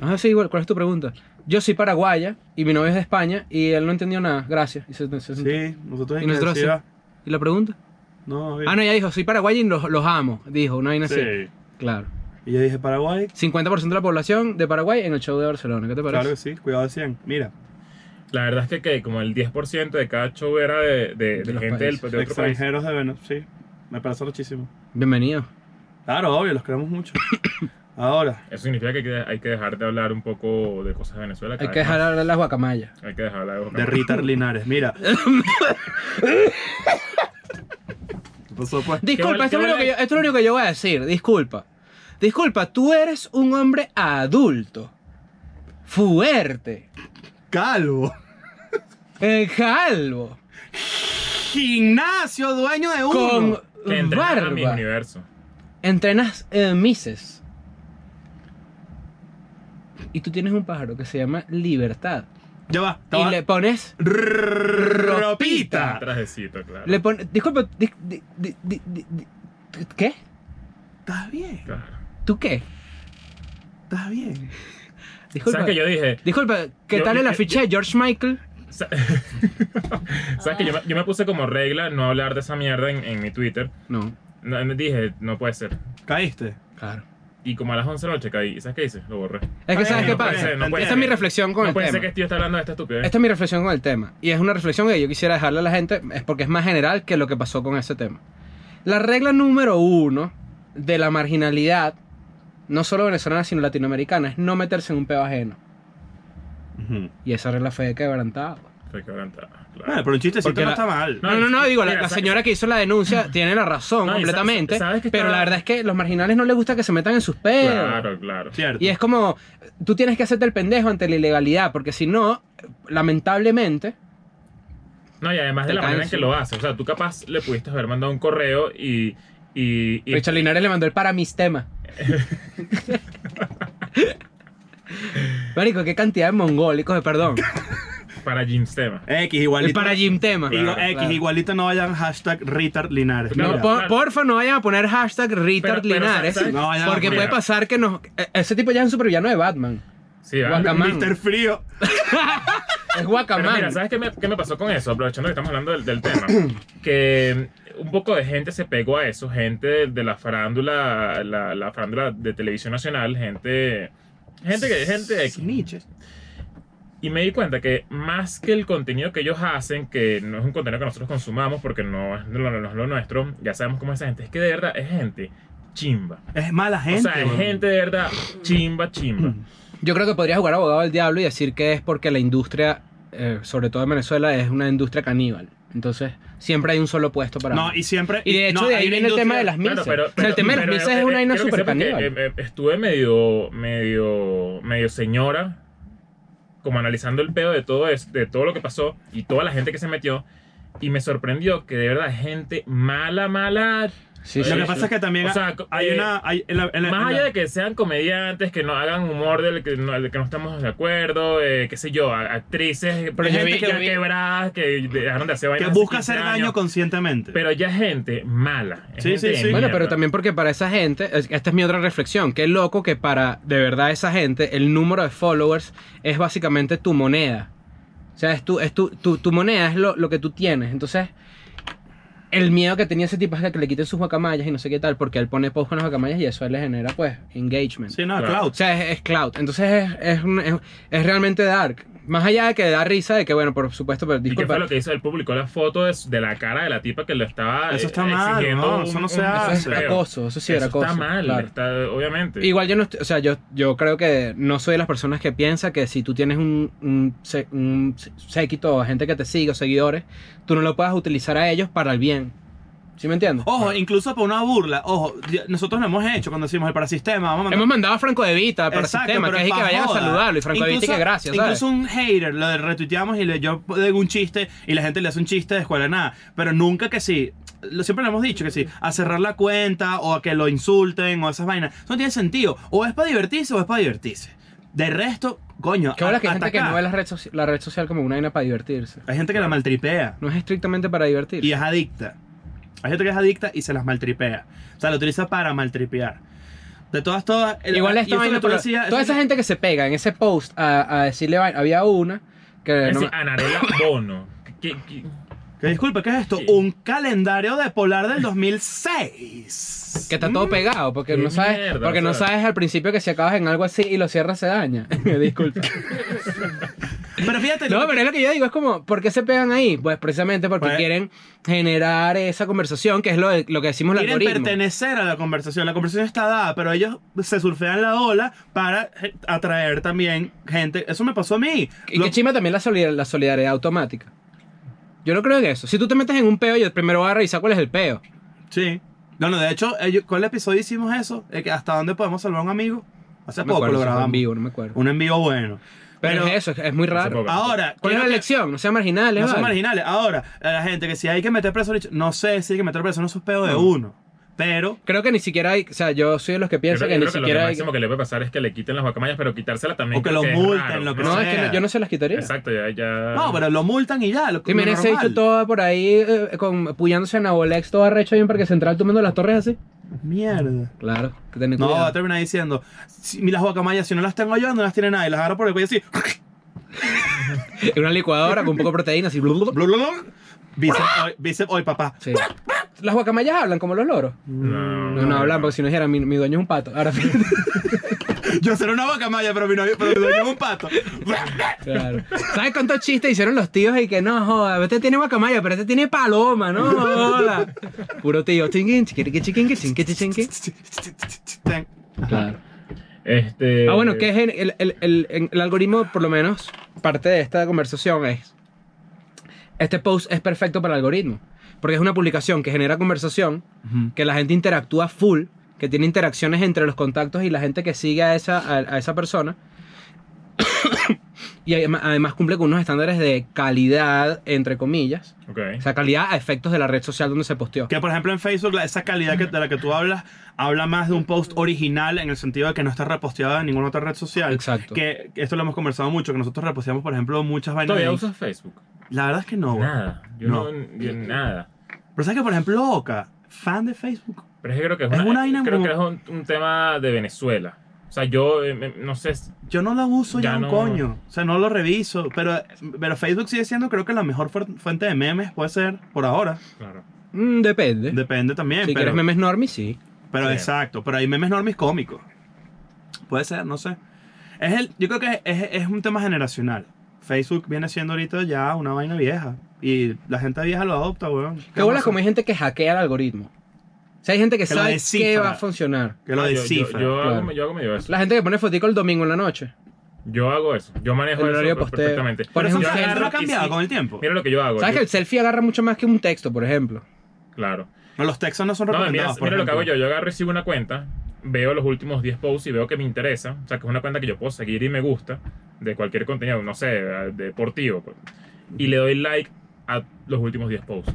[SPEAKER 4] Ah, sí, igual, ¿cuál es tu pregunta? Yo soy paraguaya y mi novio es de España y él no entendió nada. Gracias. Y, se- se sentó.
[SPEAKER 3] Sí, nosotros
[SPEAKER 4] Y nosotros sí.
[SPEAKER 3] decía,
[SPEAKER 4] ¿Y la pregunta?
[SPEAKER 3] No,
[SPEAKER 4] Ah, no, ella dijo, soy paraguaya y los, los amo. Dijo, una vaina así.
[SPEAKER 3] sí.
[SPEAKER 4] Claro.
[SPEAKER 3] Y yo dije, Paraguay.
[SPEAKER 4] 50% de la población de Paraguay en el show de Barcelona. ¿Qué te parece?
[SPEAKER 3] Claro que sí, cuidado de 100. Mira,
[SPEAKER 2] La verdad es que, que como el 10% de cada show era de, de- de
[SPEAKER 4] De los
[SPEAKER 2] gente del,
[SPEAKER 4] países.
[SPEAKER 2] de otro país.
[SPEAKER 3] extranjeros de Venezuela. Sí, me parece muchísimo.
[SPEAKER 4] Bienvenido.
[SPEAKER 3] Claro, obvio, los queremos
[SPEAKER 4] [COUGHS]
[SPEAKER 3] mucho. Ahora,
[SPEAKER 2] Eso significa que hay que hay que dejar de hablar un poco de cosas de Venezuela.
[SPEAKER 4] Hay
[SPEAKER 2] cada
[SPEAKER 4] que
[SPEAKER 2] vez más.
[SPEAKER 4] dejar hablar las guacamayas.
[SPEAKER 2] Hay que dejar hablar de
[SPEAKER 3] de Rita Linares,
[SPEAKER 4] [COUGHS]
[SPEAKER 3] mira. ¿Qué pasó, pues?
[SPEAKER 4] Disculpa,
[SPEAKER 2] vale-
[SPEAKER 4] esto,
[SPEAKER 2] qué
[SPEAKER 4] es
[SPEAKER 2] vale-
[SPEAKER 4] lo único que yo, esto es lo único que yo voy a decir. Disculpa. Disculpa, tú eres un hombre adulto. Fuerte.
[SPEAKER 3] Calvo.
[SPEAKER 4] El calvo.
[SPEAKER 3] Gimnasio, dueño de
[SPEAKER 4] Con
[SPEAKER 3] uno.
[SPEAKER 2] Que entrenar a mi
[SPEAKER 4] barba.
[SPEAKER 2] universo.
[SPEAKER 4] Entrenas eh, Mises. Y tú tienes un pájaro que se llama Libertad.
[SPEAKER 3] Ya va, te
[SPEAKER 4] Y
[SPEAKER 3] va.
[SPEAKER 4] le pones.
[SPEAKER 3] Ropita.
[SPEAKER 2] Un trajecito, claro.
[SPEAKER 4] Le pones. Disculpa. di- di- di- di- di- di- ¿Qué?
[SPEAKER 3] ¿Estás bien?
[SPEAKER 2] Claro.
[SPEAKER 4] ¿Tú qué?
[SPEAKER 3] ¿Estás bien?
[SPEAKER 4] Disculpa.
[SPEAKER 2] ¿Sabes que yo dije?
[SPEAKER 4] Disculpa, ¿qué
[SPEAKER 2] Yo-
[SPEAKER 4] tal el
[SPEAKER 2] yo-
[SPEAKER 4] afiche de George Michael?
[SPEAKER 2] Sa- [LAUGHS] ¿Sabes que yo me, yo me puse como regla no hablar de esa mierda en, en mi Twitter?
[SPEAKER 4] No,
[SPEAKER 2] No, no, dije, no puede ser.
[SPEAKER 3] ¿Caíste?
[SPEAKER 4] claro.
[SPEAKER 2] Y como a las 11 de la noche caí. ¿Y sabes qué hice? Lo borré.
[SPEAKER 4] Es que,
[SPEAKER 3] Ay,
[SPEAKER 4] ¿sabes qué
[SPEAKER 2] no puede
[SPEAKER 4] pasa?
[SPEAKER 2] ser, no puede
[SPEAKER 4] Esta
[SPEAKER 2] ser.
[SPEAKER 4] es mi reflexión con
[SPEAKER 2] no
[SPEAKER 4] el
[SPEAKER 2] puede ser que
[SPEAKER 4] tema.
[SPEAKER 2] este está hablando de esta estupidez.
[SPEAKER 4] Esta es mi reflexión con el tema. Y es una reflexión que yo quisiera dejarle a la gente, es porque es más general que lo que pasó con ese tema. La regla número uno de la marginalidad, no solo venezolana, sino latinoamericana, es no meterse en un peo ajeno. Y esa regla fue quebrantada.
[SPEAKER 2] Estoy quebrantada, claro.
[SPEAKER 3] Bueno, pero un chistecito
[SPEAKER 4] Porque
[SPEAKER 3] no
[SPEAKER 4] la-
[SPEAKER 3] está mal.
[SPEAKER 2] No,
[SPEAKER 4] No, no, no, digo, la,
[SPEAKER 2] mira,
[SPEAKER 4] la
[SPEAKER 2] sa- Ah.
[SPEAKER 4] señora que hizo la denuncia tiene la razón
[SPEAKER 2] No, y sa-
[SPEAKER 4] completamente,
[SPEAKER 2] sabes que
[SPEAKER 4] pero
[SPEAKER 2] estaba-
[SPEAKER 4] la verdad es que los marginales no les gusta que se metan en sus peos.
[SPEAKER 2] Claro, claro.
[SPEAKER 3] Cierto.
[SPEAKER 4] Y es como, tú tienes que hacerte el pendejo ante la ilegalidad, porque si no,
[SPEAKER 2] No, y además de
[SPEAKER 4] Te
[SPEAKER 2] la
[SPEAKER 4] caen
[SPEAKER 2] manera en que
[SPEAKER 4] encima.
[SPEAKER 2] lo hace. O sea, tú capaz le pudiste haber mandado un correo y. y, y [LAUGHS]
[SPEAKER 4] Richard Linares le mandó el para mis temas. Marico, qué cantidad de mongólicos,
[SPEAKER 2] [LAUGHS]
[SPEAKER 4] de perdón.
[SPEAKER 2] para Jim Stema.
[SPEAKER 3] X
[SPEAKER 4] Y
[SPEAKER 3] igualito.
[SPEAKER 4] para Jim Tema.
[SPEAKER 3] Digo,
[SPEAKER 4] Claro,
[SPEAKER 3] X
[SPEAKER 4] claro.
[SPEAKER 3] igualito no vayan hashtag Richard Linares.
[SPEAKER 2] No,
[SPEAKER 4] No,
[SPEAKER 3] Mira.
[SPEAKER 4] por-
[SPEAKER 2] claro.
[SPEAKER 4] Porfa, no vayan a poner hashtag
[SPEAKER 2] Pero-
[SPEAKER 4] Richard
[SPEAKER 2] pero,
[SPEAKER 4] Linares.
[SPEAKER 2] ¿sabes?
[SPEAKER 3] No vayan a
[SPEAKER 4] porque
[SPEAKER 2] poner.
[SPEAKER 4] puede pasar que nos. e- Ese tipo ya es un supervillano de Batman.
[SPEAKER 2] Sí, ¿verdad?
[SPEAKER 4] Guacamán.
[SPEAKER 3] Mr. Frío.
[SPEAKER 4] Es
[SPEAKER 2] Pero
[SPEAKER 4] Guacamán.
[SPEAKER 2] mira, ¿sabes qué me, qué me pasó con eso? Aprovechando que estamos hablando del, del tema. que un poco de gente se pegó a eso, gente de, de la farándula, la, la farándula de televisión nacional, gente. Gente que. Gente X.
[SPEAKER 3] Snitches.
[SPEAKER 2] Y me di cuenta que más que el contenido que ellos hacen, que no es un contenido que nosotros consumamos porque no es lo, no es lo nuestro, ya sabemos cómo es esa gente, es que de verdad es gente chimba.
[SPEAKER 3] Es mala gente.
[SPEAKER 2] o sea, es
[SPEAKER 3] weón.
[SPEAKER 2] gente de verdad chimba, chimba.
[SPEAKER 4] Mm. Yo creo que podría jugar abogado del diablo y decir que es porque la industria, eh, sobre todo en Venezuela, es una industria caníbal. Entonces, siempre hay un solo puesto para.
[SPEAKER 3] No, y siempre.
[SPEAKER 4] Y de hecho,
[SPEAKER 3] no,
[SPEAKER 4] de
[SPEAKER 3] hay
[SPEAKER 4] ahí
[SPEAKER 3] una
[SPEAKER 4] viene el tema
[SPEAKER 3] industria-
[SPEAKER 4] de las misas.
[SPEAKER 2] Claro, pero,
[SPEAKER 4] O sea, el tema de las
[SPEAKER 2] pero,
[SPEAKER 4] misas
[SPEAKER 2] eh,
[SPEAKER 4] es una
[SPEAKER 2] eh,
[SPEAKER 4] vaina
[SPEAKER 2] creo que
[SPEAKER 4] súper
[SPEAKER 2] sepa que,
[SPEAKER 4] caníbal.
[SPEAKER 2] eh, eh, Estuve medio, medio, medio señora, como analizando el pedo de todo, es- de todo lo que pasó y toda la gente que se metió. Y me sorprendió que de verdad hay gente mala, mala.
[SPEAKER 4] Sí,
[SPEAKER 3] Lo
[SPEAKER 4] sí,
[SPEAKER 3] que
[SPEAKER 4] sí.
[SPEAKER 3] pasa es que también
[SPEAKER 2] O sea,
[SPEAKER 3] hay
[SPEAKER 2] eh,
[SPEAKER 3] una. hay- en la- en la-
[SPEAKER 2] Más
[SPEAKER 3] en la-
[SPEAKER 2] allá de que sean comediantes, que no hagan humor del que no, del que no estamos de acuerdo, eh, qué sé yo, a- actrices,
[SPEAKER 4] Pero yo
[SPEAKER 2] gente
[SPEAKER 4] vi-
[SPEAKER 2] que
[SPEAKER 4] yo
[SPEAKER 2] ya
[SPEAKER 4] vi-
[SPEAKER 2] quebradas, que dejaron de hacer
[SPEAKER 3] que
[SPEAKER 2] vainas hace
[SPEAKER 3] busca
[SPEAKER 2] 15
[SPEAKER 3] hacer
[SPEAKER 2] años,
[SPEAKER 3] daño conscientemente.
[SPEAKER 2] Pero ya gente mala. es
[SPEAKER 3] Sí,
[SPEAKER 2] gente
[SPEAKER 3] sí,
[SPEAKER 2] de
[SPEAKER 3] sí.
[SPEAKER 4] Bueno,
[SPEAKER 2] mierda.
[SPEAKER 4] pero también porque para esa gente, es- esta es mi otra reflexión, qué loco que para de verdad esa gente el número de followers es básicamente tu moneda. O sea, es tu, es tu, tu, tu moneda es lo, lo que tú tienes. Entonces, el miedo que tenía ese tipo es que le quiten sus guacamayas y no sé qué tal, porque él pone post con las guacamayas y eso le genera pues engagement.
[SPEAKER 3] Sí, no,
[SPEAKER 2] Claro.
[SPEAKER 3] Cloud.
[SPEAKER 4] O sea, es, es cloud. Entonces es, es, un- es- es realmente dark. Más allá de que da risa, de que bueno, por supuesto, pero
[SPEAKER 2] ¿Y qué
[SPEAKER 4] disculpa.
[SPEAKER 2] fue lo que hizo? Él publicó la foto de, de la cara de la tipa que lo estaba
[SPEAKER 3] Eso
[SPEAKER 2] eh,
[SPEAKER 3] está mal,
[SPEAKER 2] exigiendo
[SPEAKER 3] no,
[SPEAKER 2] un-
[SPEAKER 3] eso no
[SPEAKER 2] un-
[SPEAKER 3] se
[SPEAKER 4] Eso es
[SPEAKER 3] hace.
[SPEAKER 2] feo.
[SPEAKER 4] acoso, eso sí
[SPEAKER 2] Ah, Eso
[SPEAKER 4] era acoso.
[SPEAKER 2] está mal,
[SPEAKER 4] claro.
[SPEAKER 2] está- obviamente.
[SPEAKER 4] Igual yo no estoy, o sea, yo, yo creo que no soy de las personas que piensa que si tú tienes un, un, sé- un sé- séquito o gente que te sigue o seguidores, tú no lo puedas utilizar a ellos para el bien. ¿Sí me entiendes?
[SPEAKER 3] Ojo, incluso por una burla. Ojo, ya- nosotros lo hemos hecho cuando decimos el parasistema. Vamos a mandar-
[SPEAKER 4] Hemos mandado a Franco De Vita para el
[SPEAKER 3] Exacto,
[SPEAKER 4] sistema,
[SPEAKER 3] pero
[SPEAKER 4] que es
[SPEAKER 3] es
[SPEAKER 4] el que
[SPEAKER 3] pa'
[SPEAKER 4] vayan a
[SPEAKER 3] joda.
[SPEAKER 4] saludarlo y Franco De Vita y que gracias, ¿sabes?
[SPEAKER 3] Incluso un hater, lo retuiteamos y le, yo digo un chiste y la gente le hace un chiste de escuela de nada. Pero nunca que sí. Lo, siempre lo hemos dicho que sí. A cerrar la cuenta o a que lo insulten o esas vainas. Eso no tiene sentido. O es para divertirse o es para divertirse. De resto, coño.
[SPEAKER 4] Qué
[SPEAKER 3] a-
[SPEAKER 4] bola que hay
[SPEAKER 3] hasta
[SPEAKER 4] gente que
[SPEAKER 3] acá.
[SPEAKER 4] no ve la red, soci- la red social como una vaina para divertirse.
[SPEAKER 3] Hay gente que la maltripea
[SPEAKER 4] No es estrictamente para divertirse.
[SPEAKER 3] y es adicta. Hay gente que es adicta y se las maltripea. O sea, lo utiliza para maltripear. De todas, todas. el-
[SPEAKER 4] Igual
[SPEAKER 3] y
[SPEAKER 4] esta
[SPEAKER 3] eso que
[SPEAKER 4] vaina,
[SPEAKER 3] tú
[SPEAKER 4] pero
[SPEAKER 3] decías-
[SPEAKER 4] toda
[SPEAKER 3] eso-
[SPEAKER 4] esa gente que se pega en ese post a, a decirle, vaina- había una que
[SPEAKER 2] Es
[SPEAKER 4] no
[SPEAKER 2] decir,
[SPEAKER 4] me-
[SPEAKER 2] Anarela Bono. ¿Qué- qué-
[SPEAKER 3] Que disculpe, ¿qué es esto?
[SPEAKER 2] Sí.
[SPEAKER 3] Un calendario de polar del 2006.
[SPEAKER 4] Que está todo pegado, porque
[SPEAKER 2] Qué
[SPEAKER 4] no sabes,
[SPEAKER 2] mierda,
[SPEAKER 4] porque no
[SPEAKER 2] o sea.
[SPEAKER 4] sabes al principio que si acabas en algo así y lo cierras se daña. Disculpa.
[SPEAKER 3] Mm. Pero fíjate,
[SPEAKER 4] [LAUGHS] No,
[SPEAKER 3] lo-
[SPEAKER 4] pero es lo que yo digo, es como, ¿por qué se pegan ahí? Pues precisamente porque
[SPEAKER 3] Pues-
[SPEAKER 4] quieren generar esa conversación, que es lo, de- lo que decimos el
[SPEAKER 3] quieren
[SPEAKER 4] algoritmo.
[SPEAKER 3] pertenecer a la conversación. La conversación está dada, pero ellos se surfean la ola para eh, atraer también gente. Eso me pasó a mí.
[SPEAKER 4] Y
[SPEAKER 3] Lo-
[SPEAKER 4] que chima también la solidar- la solidaridad, automática. Yo no creo en eso. Si tú te metes en un peo, yo primero voy a revisar cuál es el peo.
[SPEAKER 3] Sí. No, no, de hecho, ellos- ¿cuál episodio hicimos eso? Eh, que ¿Hasta dónde podemos salvar a un amigo? Hace
[SPEAKER 4] No me
[SPEAKER 3] poco
[SPEAKER 4] acuerdo
[SPEAKER 3] lo
[SPEAKER 4] si fue en
[SPEAKER 3] grabamos.
[SPEAKER 4] vivo, no me acuerdo.
[SPEAKER 3] Un envío bueno.
[SPEAKER 4] Pero, es eso, es, es muy raro.
[SPEAKER 2] poco.
[SPEAKER 3] Ahora,
[SPEAKER 4] ¿Cuál es
[SPEAKER 3] quiero
[SPEAKER 4] la
[SPEAKER 3] que-
[SPEAKER 4] elección? No sean marginales,
[SPEAKER 3] No son
[SPEAKER 4] vale.
[SPEAKER 3] marginales. Ahora, a la gente que si hay que meter preso, le- no sé si hay que meter preso, no es pedo de uno. Pero
[SPEAKER 4] Creo que ni siquiera hay, o sea, yo soy de los que
[SPEAKER 2] Yo
[SPEAKER 4] piensa
[SPEAKER 2] creo,
[SPEAKER 4] que
[SPEAKER 2] yo
[SPEAKER 4] ni
[SPEAKER 2] creo que lo que
[SPEAKER 4] siquiera hay...
[SPEAKER 2] máximo que le puede pasar es que le quiten las guacamayas, pero quitársela también.
[SPEAKER 3] O que
[SPEAKER 2] creo
[SPEAKER 3] lo
[SPEAKER 2] es
[SPEAKER 3] multen,
[SPEAKER 2] raro,
[SPEAKER 3] lo que
[SPEAKER 2] ¿no?
[SPEAKER 4] No, es que no- yo no se las quitaría.
[SPEAKER 2] Exacto, ya. ya...
[SPEAKER 3] No, pero lo multan y ya. Lo,
[SPEAKER 4] Sí,
[SPEAKER 3] lo
[SPEAKER 4] mira, ese
[SPEAKER 3] normal.
[SPEAKER 4] bicho todo por ahí, eh, con, puyándose en Abolex, todo arrecho ahí en Parque Central, tomando las torres así.
[SPEAKER 3] Mierda.
[SPEAKER 4] Claro, que tener
[SPEAKER 3] No, va a
[SPEAKER 4] cuidado.
[SPEAKER 3] terminar diciendo, si, mi- las guacamayas, si no las tengo yo, no las tiene nadie. Las agarro por el cuello así. [LAUGHS]
[SPEAKER 4] En una licuadora con un poco de proteína, así. blu, blu,
[SPEAKER 3] Blu,
[SPEAKER 4] blu.
[SPEAKER 3] blu, blu. Bíceps
[SPEAKER 4] ¡Ah!
[SPEAKER 3] hoy, bíceps hoy, papá.
[SPEAKER 4] Sí. Las guacamayas hablan como los loros.
[SPEAKER 2] No,
[SPEAKER 4] No, no hablan, porque si no dijeran, mi, mi dueño es un pato. Ahora fíjate.
[SPEAKER 3] Yo seré una guacamaya, pero mi novio, pero mi dueño es un pato.
[SPEAKER 4] [LAUGHS]
[SPEAKER 3] [LAUGHS]
[SPEAKER 4] Claro. ¿Sabes cuántos chistes hicieron los tíos y que no, joda, este tiene guacamaya, pero este tiene paloma, no, joda? Puro tío. Chinguin, chiquiriqui, chiquinqui, chinquichi, chinqui. Claro.
[SPEAKER 2] Este,
[SPEAKER 4] Ah, bueno, que es en- el, el- el- en- el algoritmo, por lo menos, parte de esta conversación es, este post es perfecto para el algoritmo, porque es una publicación que genera conversación,
[SPEAKER 3] Ujú.
[SPEAKER 4] que la gente interactúa full, que tiene interacciones entre los contactos y la gente que sigue a esa, a, a esa persona. [COUGHS] y adem- además cumple con unos estándares de calidad, entre comillas.
[SPEAKER 2] Ok.
[SPEAKER 4] O sea, calidad a efectos de la red social donde se posteó.
[SPEAKER 3] Que por ejemplo en Facebook, la- esa calidad que, de la que tú hablas, habla más de un post original en el sentido de que no está reposteado en ninguna otra red social.
[SPEAKER 4] Exacto.
[SPEAKER 3] Que esto lo hemos conversado mucho, que nosotros reposteamos, por ejemplo, muchas vainas.
[SPEAKER 2] ¿Todavía
[SPEAKER 3] de-
[SPEAKER 2] usas Facebook?
[SPEAKER 3] La verdad es que no. güey.
[SPEAKER 2] Nada. Yo no,
[SPEAKER 3] No.
[SPEAKER 2] yo nada.
[SPEAKER 3] Pero sabes que, por ejemplo, Oka, fan de Facebook.
[SPEAKER 2] Pero es que creo que es,
[SPEAKER 3] Es
[SPEAKER 2] una,
[SPEAKER 3] una vaina
[SPEAKER 2] creo
[SPEAKER 3] como-
[SPEAKER 2] que es un, un tema de Venezuela. O sea, yo eh, me- no sé. si-
[SPEAKER 3] Yo no la uso ya,
[SPEAKER 2] Ya
[SPEAKER 3] un
[SPEAKER 2] no.
[SPEAKER 3] coño. O sea, no lo reviso. Pero, pero Facebook sigue siendo, creo que la mejor fuer- fuente de memes puede ser por ahora.
[SPEAKER 2] Claro.
[SPEAKER 4] Mm, depende.
[SPEAKER 3] Depende también.
[SPEAKER 4] si
[SPEAKER 3] pero
[SPEAKER 4] quieres memes normies, sí.
[SPEAKER 3] pero
[SPEAKER 2] Sí.
[SPEAKER 3] exacto. Pero hay memes normis cómicos. Puede ser, no sé. Es el, yo creo que es, es un tema generacional. Facebook viene siendo ahorita ya una vaina vieja. Y la gente vieja lo adopta, weón.
[SPEAKER 4] Qué bolas
[SPEAKER 3] pasa?
[SPEAKER 4] como hay gente que hackea el algoritmo. O sea, hay gente que,
[SPEAKER 3] Que lo
[SPEAKER 4] sabe qué
[SPEAKER 3] descifra.
[SPEAKER 4] va a funcionar.
[SPEAKER 3] Que lo
[SPEAKER 2] Ah, yo- yo-
[SPEAKER 3] descifra.
[SPEAKER 2] Yo, hago-
[SPEAKER 4] claro.
[SPEAKER 2] yo hago medio eso.
[SPEAKER 4] La gente que pone fotico el domingo en la noche.
[SPEAKER 2] Yo hago eso. Yo manejo
[SPEAKER 4] El
[SPEAKER 2] eso
[SPEAKER 4] horario de
[SPEAKER 2] per-
[SPEAKER 4] posteo.
[SPEAKER 2] perfectamente.
[SPEAKER 4] Por
[SPEAKER 3] Pero eso
[SPEAKER 4] ejemplo,
[SPEAKER 3] no-
[SPEAKER 2] yo
[SPEAKER 3] eso no ha
[SPEAKER 2] agarro y
[SPEAKER 3] cambiado
[SPEAKER 2] sí.
[SPEAKER 3] con el tiempo.
[SPEAKER 2] Mira lo que yo hago.
[SPEAKER 4] ¿Sabes
[SPEAKER 2] yo-
[SPEAKER 4] que el selfie agarra mucho más que un texto, por ejemplo?
[SPEAKER 2] Claro.
[SPEAKER 3] No, los textos no son
[SPEAKER 2] No, mira,
[SPEAKER 3] recomendados. por
[SPEAKER 2] mira lo que hago
[SPEAKER 3] ejemplo.
[SPEAKER 2] yo. Yo agarro y sigo una cuenta, veo los últimos 10 posts y veo que me interesa. O sea, que es una cuenta que yo puedo seguir y me gusta de cualquier contenido, no sé, eh, deportivo. pues. Y le doy like a los últimos 10 posts.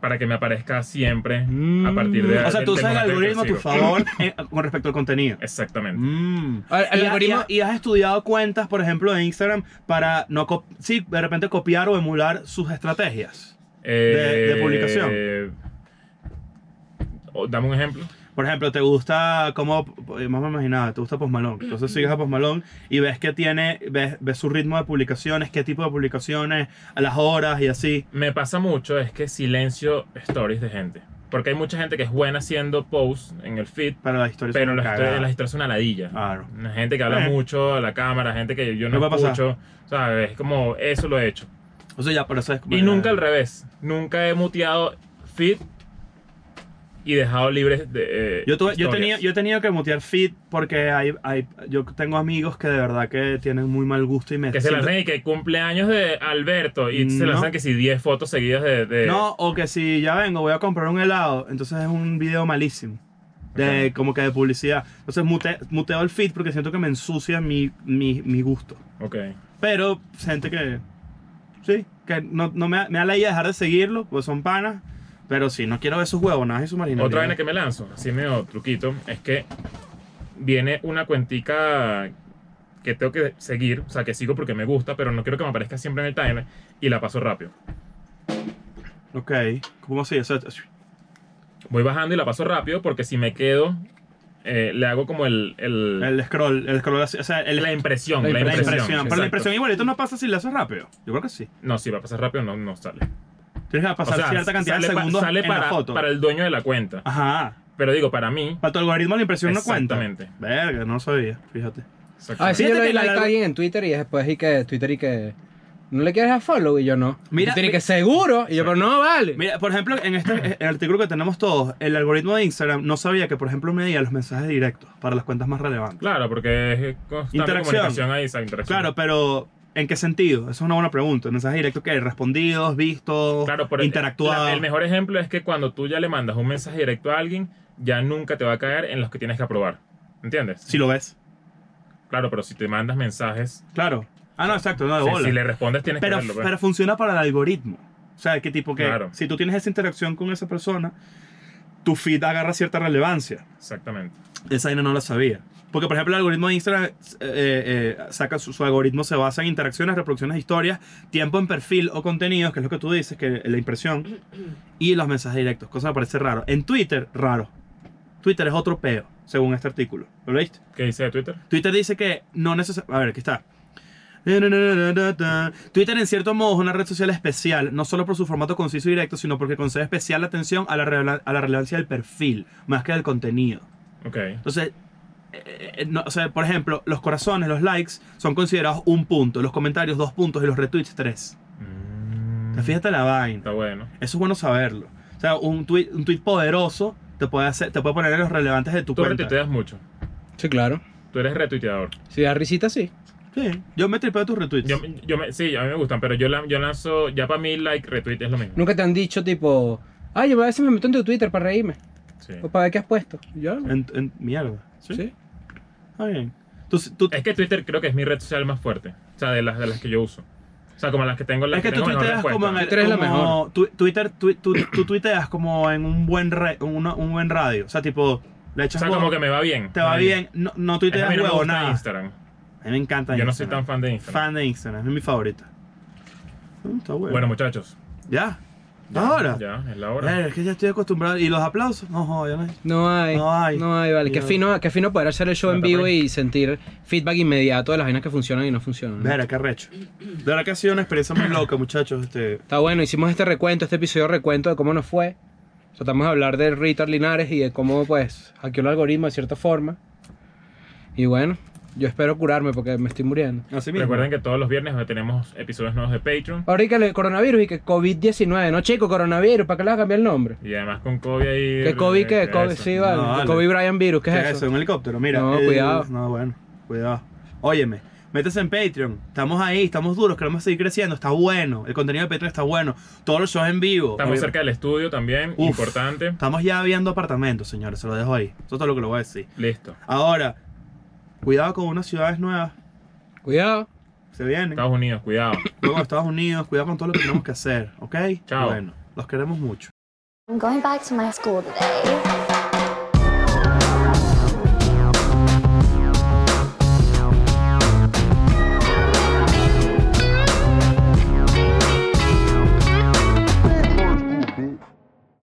[SPEAKER 2] Para que me aparezca siempre
[SPEAKER 4] Mm.
[SPEAKER 2] a partir de.
[SPEAKER 3] O sea,
[SPEAKER 2] del-
[SPEAKER 3] tú
[SPEAKER 2] del momento
[SPEAKER 3] usas el
[SPEAKER 2] en que
[SPEAKER 3] algoritmo a tu
[SPEAKER 2] sigo.
[SPEAKER 3] favor eh, con respecto al contenido.
[SPEAKER 2] Exactamente.
[SPEAKER 3] Mm.
[SPEAKER 4] A ver, el
[SPEAKER 3] ¿Y, ha-
[SPEAKER 4] algoritmo-
[SPEAKER 3] y ha- y has estudiado cuentas, por ejemplo, de Instagram para no cop- sí, de repente copiar o emular sus estrategias. de publicación.
[SPEAKER 2] eh, o- dame un ejemplo.
[SPEAKER 3] Por ejemplo, te gusta como eh, más me imaginaba, te gusta Post Malone. Entonces sigues a Post Malone y ves que tiene ves, ves su ritmo de publicaciones, qué tipo de publicaciones, a las horas y así.
[SPEAKER 2] Me pasa mucho es que silencio stories de gente. Porque hay mucha gente que es buena haciendo posts en el feed,
[SPEAKER 3] Para las historias.
[SPEAKER 2] pero
[SPEAKER 3] son
[SPEAKER 2] las
[SPEAKER 3] cagadas.
[SPEAKER 2] historias, las historias son una ladilla.
[SPEAKER 3] Claro.
[SPEAKER 2] Una Gente que habla
[SPEAKER 3] Eh.
[SPEAKER 2] mucho a la cámara, gente que yo no
[SPEAKER 3] Me puede pasar.
[SPEAKER 2] escucho. ¿Sabes? Es como eso lo he hecho.
[SPEAKER 3] O sea, ya por eso es
[SPEAKER 2] Y nunca al revés. Nunca he muteado feed y dejado libres de. eh,
[SPEAKER 3] Yo, tuve- yo,
[SPEAKER 2] historias.
[SPEAKER 3] tenía, yo he tenido que mutear feed porque hay, hay, yo tengo amigos que de verdad que tienen muy mal gusto y me...
[SPEAKER 2] Que se
[SPEAKER 3] siento-
[SPEAKER 2] lanzan y que cumpleaños de Alberto y se
[SPEAKER 3] No.
[SPEAKER 2] lanzan que si 10 fotos seguidas de. de-
[SPEAKER 3] No, o que si ya vengo, voy a comprar un helado, entonces es un video malísimo. De,
[SPEAKER 2] Ok.
[SPEAKER 3] Como que de publicidad. Entonces mute- muteo el feed porque siento que me ensucia mi, mi, mi gusto.
[SPEAKER 2] Ok.
[SPEAKER 3] Pero gente que... Sí, que no, no me, da- me da la idea de dejar de seguirlo, pues son panas. Pero sí, no quiero ver sus huevonadas y su marina.
[SPEAKER 2] Otra vaina que me lanzo, así medio truquito, es que viene una cuentica que tengo que seguir, o sea, que sigo porque me gusta, pero no quiero que me aparezca siempre en el timer y la paso rápido.
[SPEAKER 3] Ok, ¿cómo así? O sea,
[SPEAKER 2] Voy bajando y la paso rápido porque si me quedo, eh, le hago como el, el-
[SPEAKER 3] el scroll, el scroll así, o sea, el,
[SPEAKER 2] la impresión.
[SPEAKER 4] la
[SPEAKER 2] La,
[SPEAKER 3] La
[SPEAKER 2] impresión.
[SPEAKER 3] impresión. Pero la
[SPEAKER 2] exacto.
[SPEAKER 3] impresión igualito no pasa si la haces rápido. Yo creo que sí.
[SPEAKER 2] No, si va a pasar rápido, no, no sale.
[SPEAKER 3] Tienes que pasar
[SPEAKER 2] O sea,
[SPEAKER 3] cierta cantidad de
[SPEAKER 2] sale pa-
[SPEAKER 3] segundos
[SPEAKER 2] sale
[SPEAKER 3] en
[SPEAKER 2] para,
[SPEAKER 3] la foto.
[SPEAKER 2] para el dueño de la cuenta.
[SPEAKER 3] Ajá.
[SPEAKER 2] Pero digo, para mí.
[SPEAKER 3] Para tu algoritmo la impresión no cuenta.
[SPEAKER 2] Exactamente.
[SPEAKER 3] Verga, no lo sabía. Fíjate.
[SPEAKER 4] A
[SPEAKER 2] exactamente.
[SPEAKER 4] veces yo
[SPEAKER 3] Fíjate
[SPEAKER 4] le doy
[SPEAKER 3] que la
[SPEAKER 4] like a
[SPEAKER 3] larga-
[SPEAKER 4] alguien en Twitter y después y que Twitter y que... ¿No le quieres dar follow? Y yo no.
[SPEAKER 3] Mira,
[SPEAKER 4] Twitter y
[SPEAKER 3] mi-
[SPEAKER 4] que seguro. Y yo, pero no, vale.
[SPEAKER 3] Mira, por ejemplo, en este el artículo que tenemos todos, el algoritmo de Instagram no sabía que, por ejemplo, medía los mensajes directos para las cuentas más relevantes.
[SPEAKER 2] Claro, porque es constante
[SPEAKER 3] Interacción.
[SPEAKER 2] comunicación ahí, esa interacción.
[SPEAKER 3] Claro, pero ¿en qué sentido? Esa es una buena pregunta. Mensajes directos que respondidos, vistos,
[SPEAKER 2] Claro, por
[SPEAKER 3] interactuados.
[SPEAKER 2] la- El mejor ejemplo es que cuando tú ya le mandas un mensaje directo a alguien, ya nunca te va a caer en los que tienes que aprobar. ¿Entiendes?
[SPEAKER 3] Si lo ves.
[SPEAKER 2] Claro, pero si te mandas mensajes,
[SPEAKER 3] Claro. Ah, no, exacto, no de
[SPEAKER 2] si,
[SPEAKER 3] bola.
[SPEAKER 2] si le respondes tienes
[SPEAKER 3] pero,
[SPEAKER 2] que verlo. pues.
[SPEAKER 3] pero funciona para el algoritmo. O sea, que tipo que
[SPEAKER 2] Claro.
[SPEAKER 3] si tú tienes esa interacción con esa persona, tu feed agarra cierta relevancia.
[SPEAKER 2] Exactamente.
[SPEAKER 3] Esa vaina no la sabía. Porque, por ejemplo, el algoritmo de Instagram eh, eh, saca su, su algoritmo se basa en interacciones, reproducciones, historias, tiempo en perfil o contenidos, que es lo que tú dices, que la impresión, y los mensajes directos, cosa que me parece raro. En Twitter, raro. Twitter es otro peo, según este artículo. ¿Lo leíste?
[SPEAKER 2] ¿Qué dice de Twitter?
[SPEAKER 3] Twitter dice que no necesariamente. A ver, aquí está. Twitter en cierto modo es una red social especial, no solo por su formato conciso y directo, sino porque concede especial atención a la, revela- a la relevancia del perfil, más que del contenido.
[SPEAKER 2] Ok.
[SPEAKER 3] Entonces, eh, eh, no, o sea, por ejemplo, los corazones, los likes, son considerados un punto, los comentarios dos puntos y los retweets tres.
[SPEAKER 2] Mm,
[SPEAKER 3] O sea, Fíjate la vaina.
[SPEAKER 2] Está bueno.
[SPEAKER 3] Eso es bueno saberlo. O sea, un tweet, un tweet poderoso te puede, hacer, te puede poner en los relevantes de tu
[SPEAKER 2] Tú
[SPEAKER 3] cuenta. Pues
[SPEAKER 2] retuiteas mucho.
[SPEAKER 4] Sí, claro.
[SPEAKER 2] Tú eres retuiteador.
[SPEAKER 4] Si da risita, sí.
[SPEAKER 3] Sí, yo me tripeo tus retweets.
[SPEAKER 2] Yo, yo me- sí, a mí me gustan, pero yo, la- yo lanzo. Ya para mí, like, retweet es lo mismo.
[SPEAKER 4] Nunca te han dicho, tipo... Ay, yo a veces me meto en tu Twitter para reírme.
[SPEAKER 2] Sí.
[SPEAKER 4] O para ver qué has puesto. Y Yo,
[SPEAKER 3] En- en- mierda.
[SPEAKER 4] sí.
[SPEAKER 3] Está bien. Tú, tú-
[SPEAKER 2] Es que Twitter creo que es mi red social más fuerte. O sea, de las, de las que yo uso. O sea, como las que tengo las
[SPEAKER 3] es que tú
[SPEAKER 2] tengo mejor
[SPEAKER 3] tuiteas como en el,
[SPEAKER 2] respuesta.
[SPEAKER 4] Twitter es la
[SPEAKER 3] como-
[SPEAKER 4] mejor.
[SPEAKER 3] tu- Twitter, tu- tu- tú tuiteas como en un buen, re- una- un buen radio. O sea, tipo, le
[SPEAKER 2] O
[SPEAKER 3] echas
[SPEAKER 2] sea,
[SPEAKER 3] huevo,
[SPEAKER 2] como que me va bien.
[SPEAKER 3] te va
[SPEAKER 2] Me
[SPEAKER 3] bien. No, no
[SPEAKER 2] Es que
[SPEAKER 3] tuiteas
[SPEAKER 2] a mí no me
[SPEAKER 3] huevo,
[SPEAKER 2] gusta
[SPEAKER 3] nada.
[SPEAKER 2] Instagram.
[SPEAKER 3] A mí me encanta
[SPEAKER 2] Yo no soy tan fan de Instagram.
[SPEAKER 3] fan de Instagram. Es mi favorita. Mm, Está bueno.
[SPEAKER 2] Bueno, muchachos.
[SPEAKER 3] ya.
[SPEAKER 2] ya,
[SPEAKER 3] Ahora.
[SPEAKER 2] Ya, es la hora.
[SPEAKER 3] Eh, es que ya estoy acostumbrado. ¿Y los aplausos? No, eh. joder, no hay.
[SPEAKER 4] No hay.
[SPEAKER 3] No
[SPEAKER 4] No
[SPEAKER 3] hay.
[SPEAKER 4] hay. vale. Qué
[SPEAKER 3] No.
[SPEAKER 4] fino, qué fino poder hacer el show
[SPEAKER 2] No
[SPEAKER 4] en
[SPEAKER 2] te
[SPEAKER 4] vivo
[SPEAKER 2] parece.
[SPEAKER 4] y sentir feedback inmediato de las vainas que funcionan y no
[SPEAKER 2] Mm.
[SPEAKER 4] funcionan. ¿no?
[SPEAKER 3] Vera, qué recho. De verdad que ha sido una experiencia muy loca, muchachos. Este,
[SPEAKER 4] Está bueno, hicimos este recuento, este episodio recuento de cómo nos fue. Tratamos de hablar de Richard Linares y de cómo, pues, hackeó el algoritmo de cierta forma. Y bueno, yo espero curarme porque me estoy muriendo.
[SPEAKER 3] así mismo.
[SPEAKER 2] Recuerden que todos los viernes tenemos episodios nuevos de Patreon.
[SPEAKER 4] Ahora y que el coronavirus y que COVID-19, no chico, coronavirus, ¿para qué le vas a cambiar el nombre?
[SPEAKER 2] Y además con Kobe ahí.
[SPEAKER 4] Que COVID, que
[SPEAKER 2] eh,
[SPEAKER 4] COVID,
[SPEAKER 2] eso.
[SPEAKER 4] sí, vale.
[SPEAKER 3] No, vale.
[SPEAKER 4] COVID Brian Virus, ¿qué
[SPEAKER 3] ¿Qué
[SPEAKER 4] es
[SPEAKER 3] es eso? ¿Un helicóptero? Mira. Eh,
[SPEAKER 4] No, cuidado.
[SPEAKER 3] No, bueno, cuidado. Óyeme, métese en Patreon. Estamos ahí, estamos duros, queremos seguir creciendo. Está bueno. El contenido de Patreon está bueno. Todos los shows en vivo.
[SPEAKER 2] Estamos
[SPEAKER 3] Oye,
[SPEAKER 2] cerca del estudio también,
[SPEAKER 3] Uf.
[SPEAKER 2] importante.
[SPEAKER 3] Estamos ya viendo apartamentos, señores. Se lo dejo ahí. Eso es todo lo que lo voy a decir.
[SPEAKER 2] Listo.
[SPEAKER 3] Ahora, cuidado con unas ciudades nuevas.
[SPEAKER 4] Cuidado.
[SPEAKER 3] Se vienen.
[SPEAKER 2] Estados Unidos, cuidado.
[SPEAKER 3] Luego Estados Unidos. Cuidado con todo lo que tenemos que hacer, ¿ok?
[SPEAKER 2] Chao.
[SPEAKER 3] Bueno, los queremos mucho.
[SPEAKER 1] I'm going back to my school today.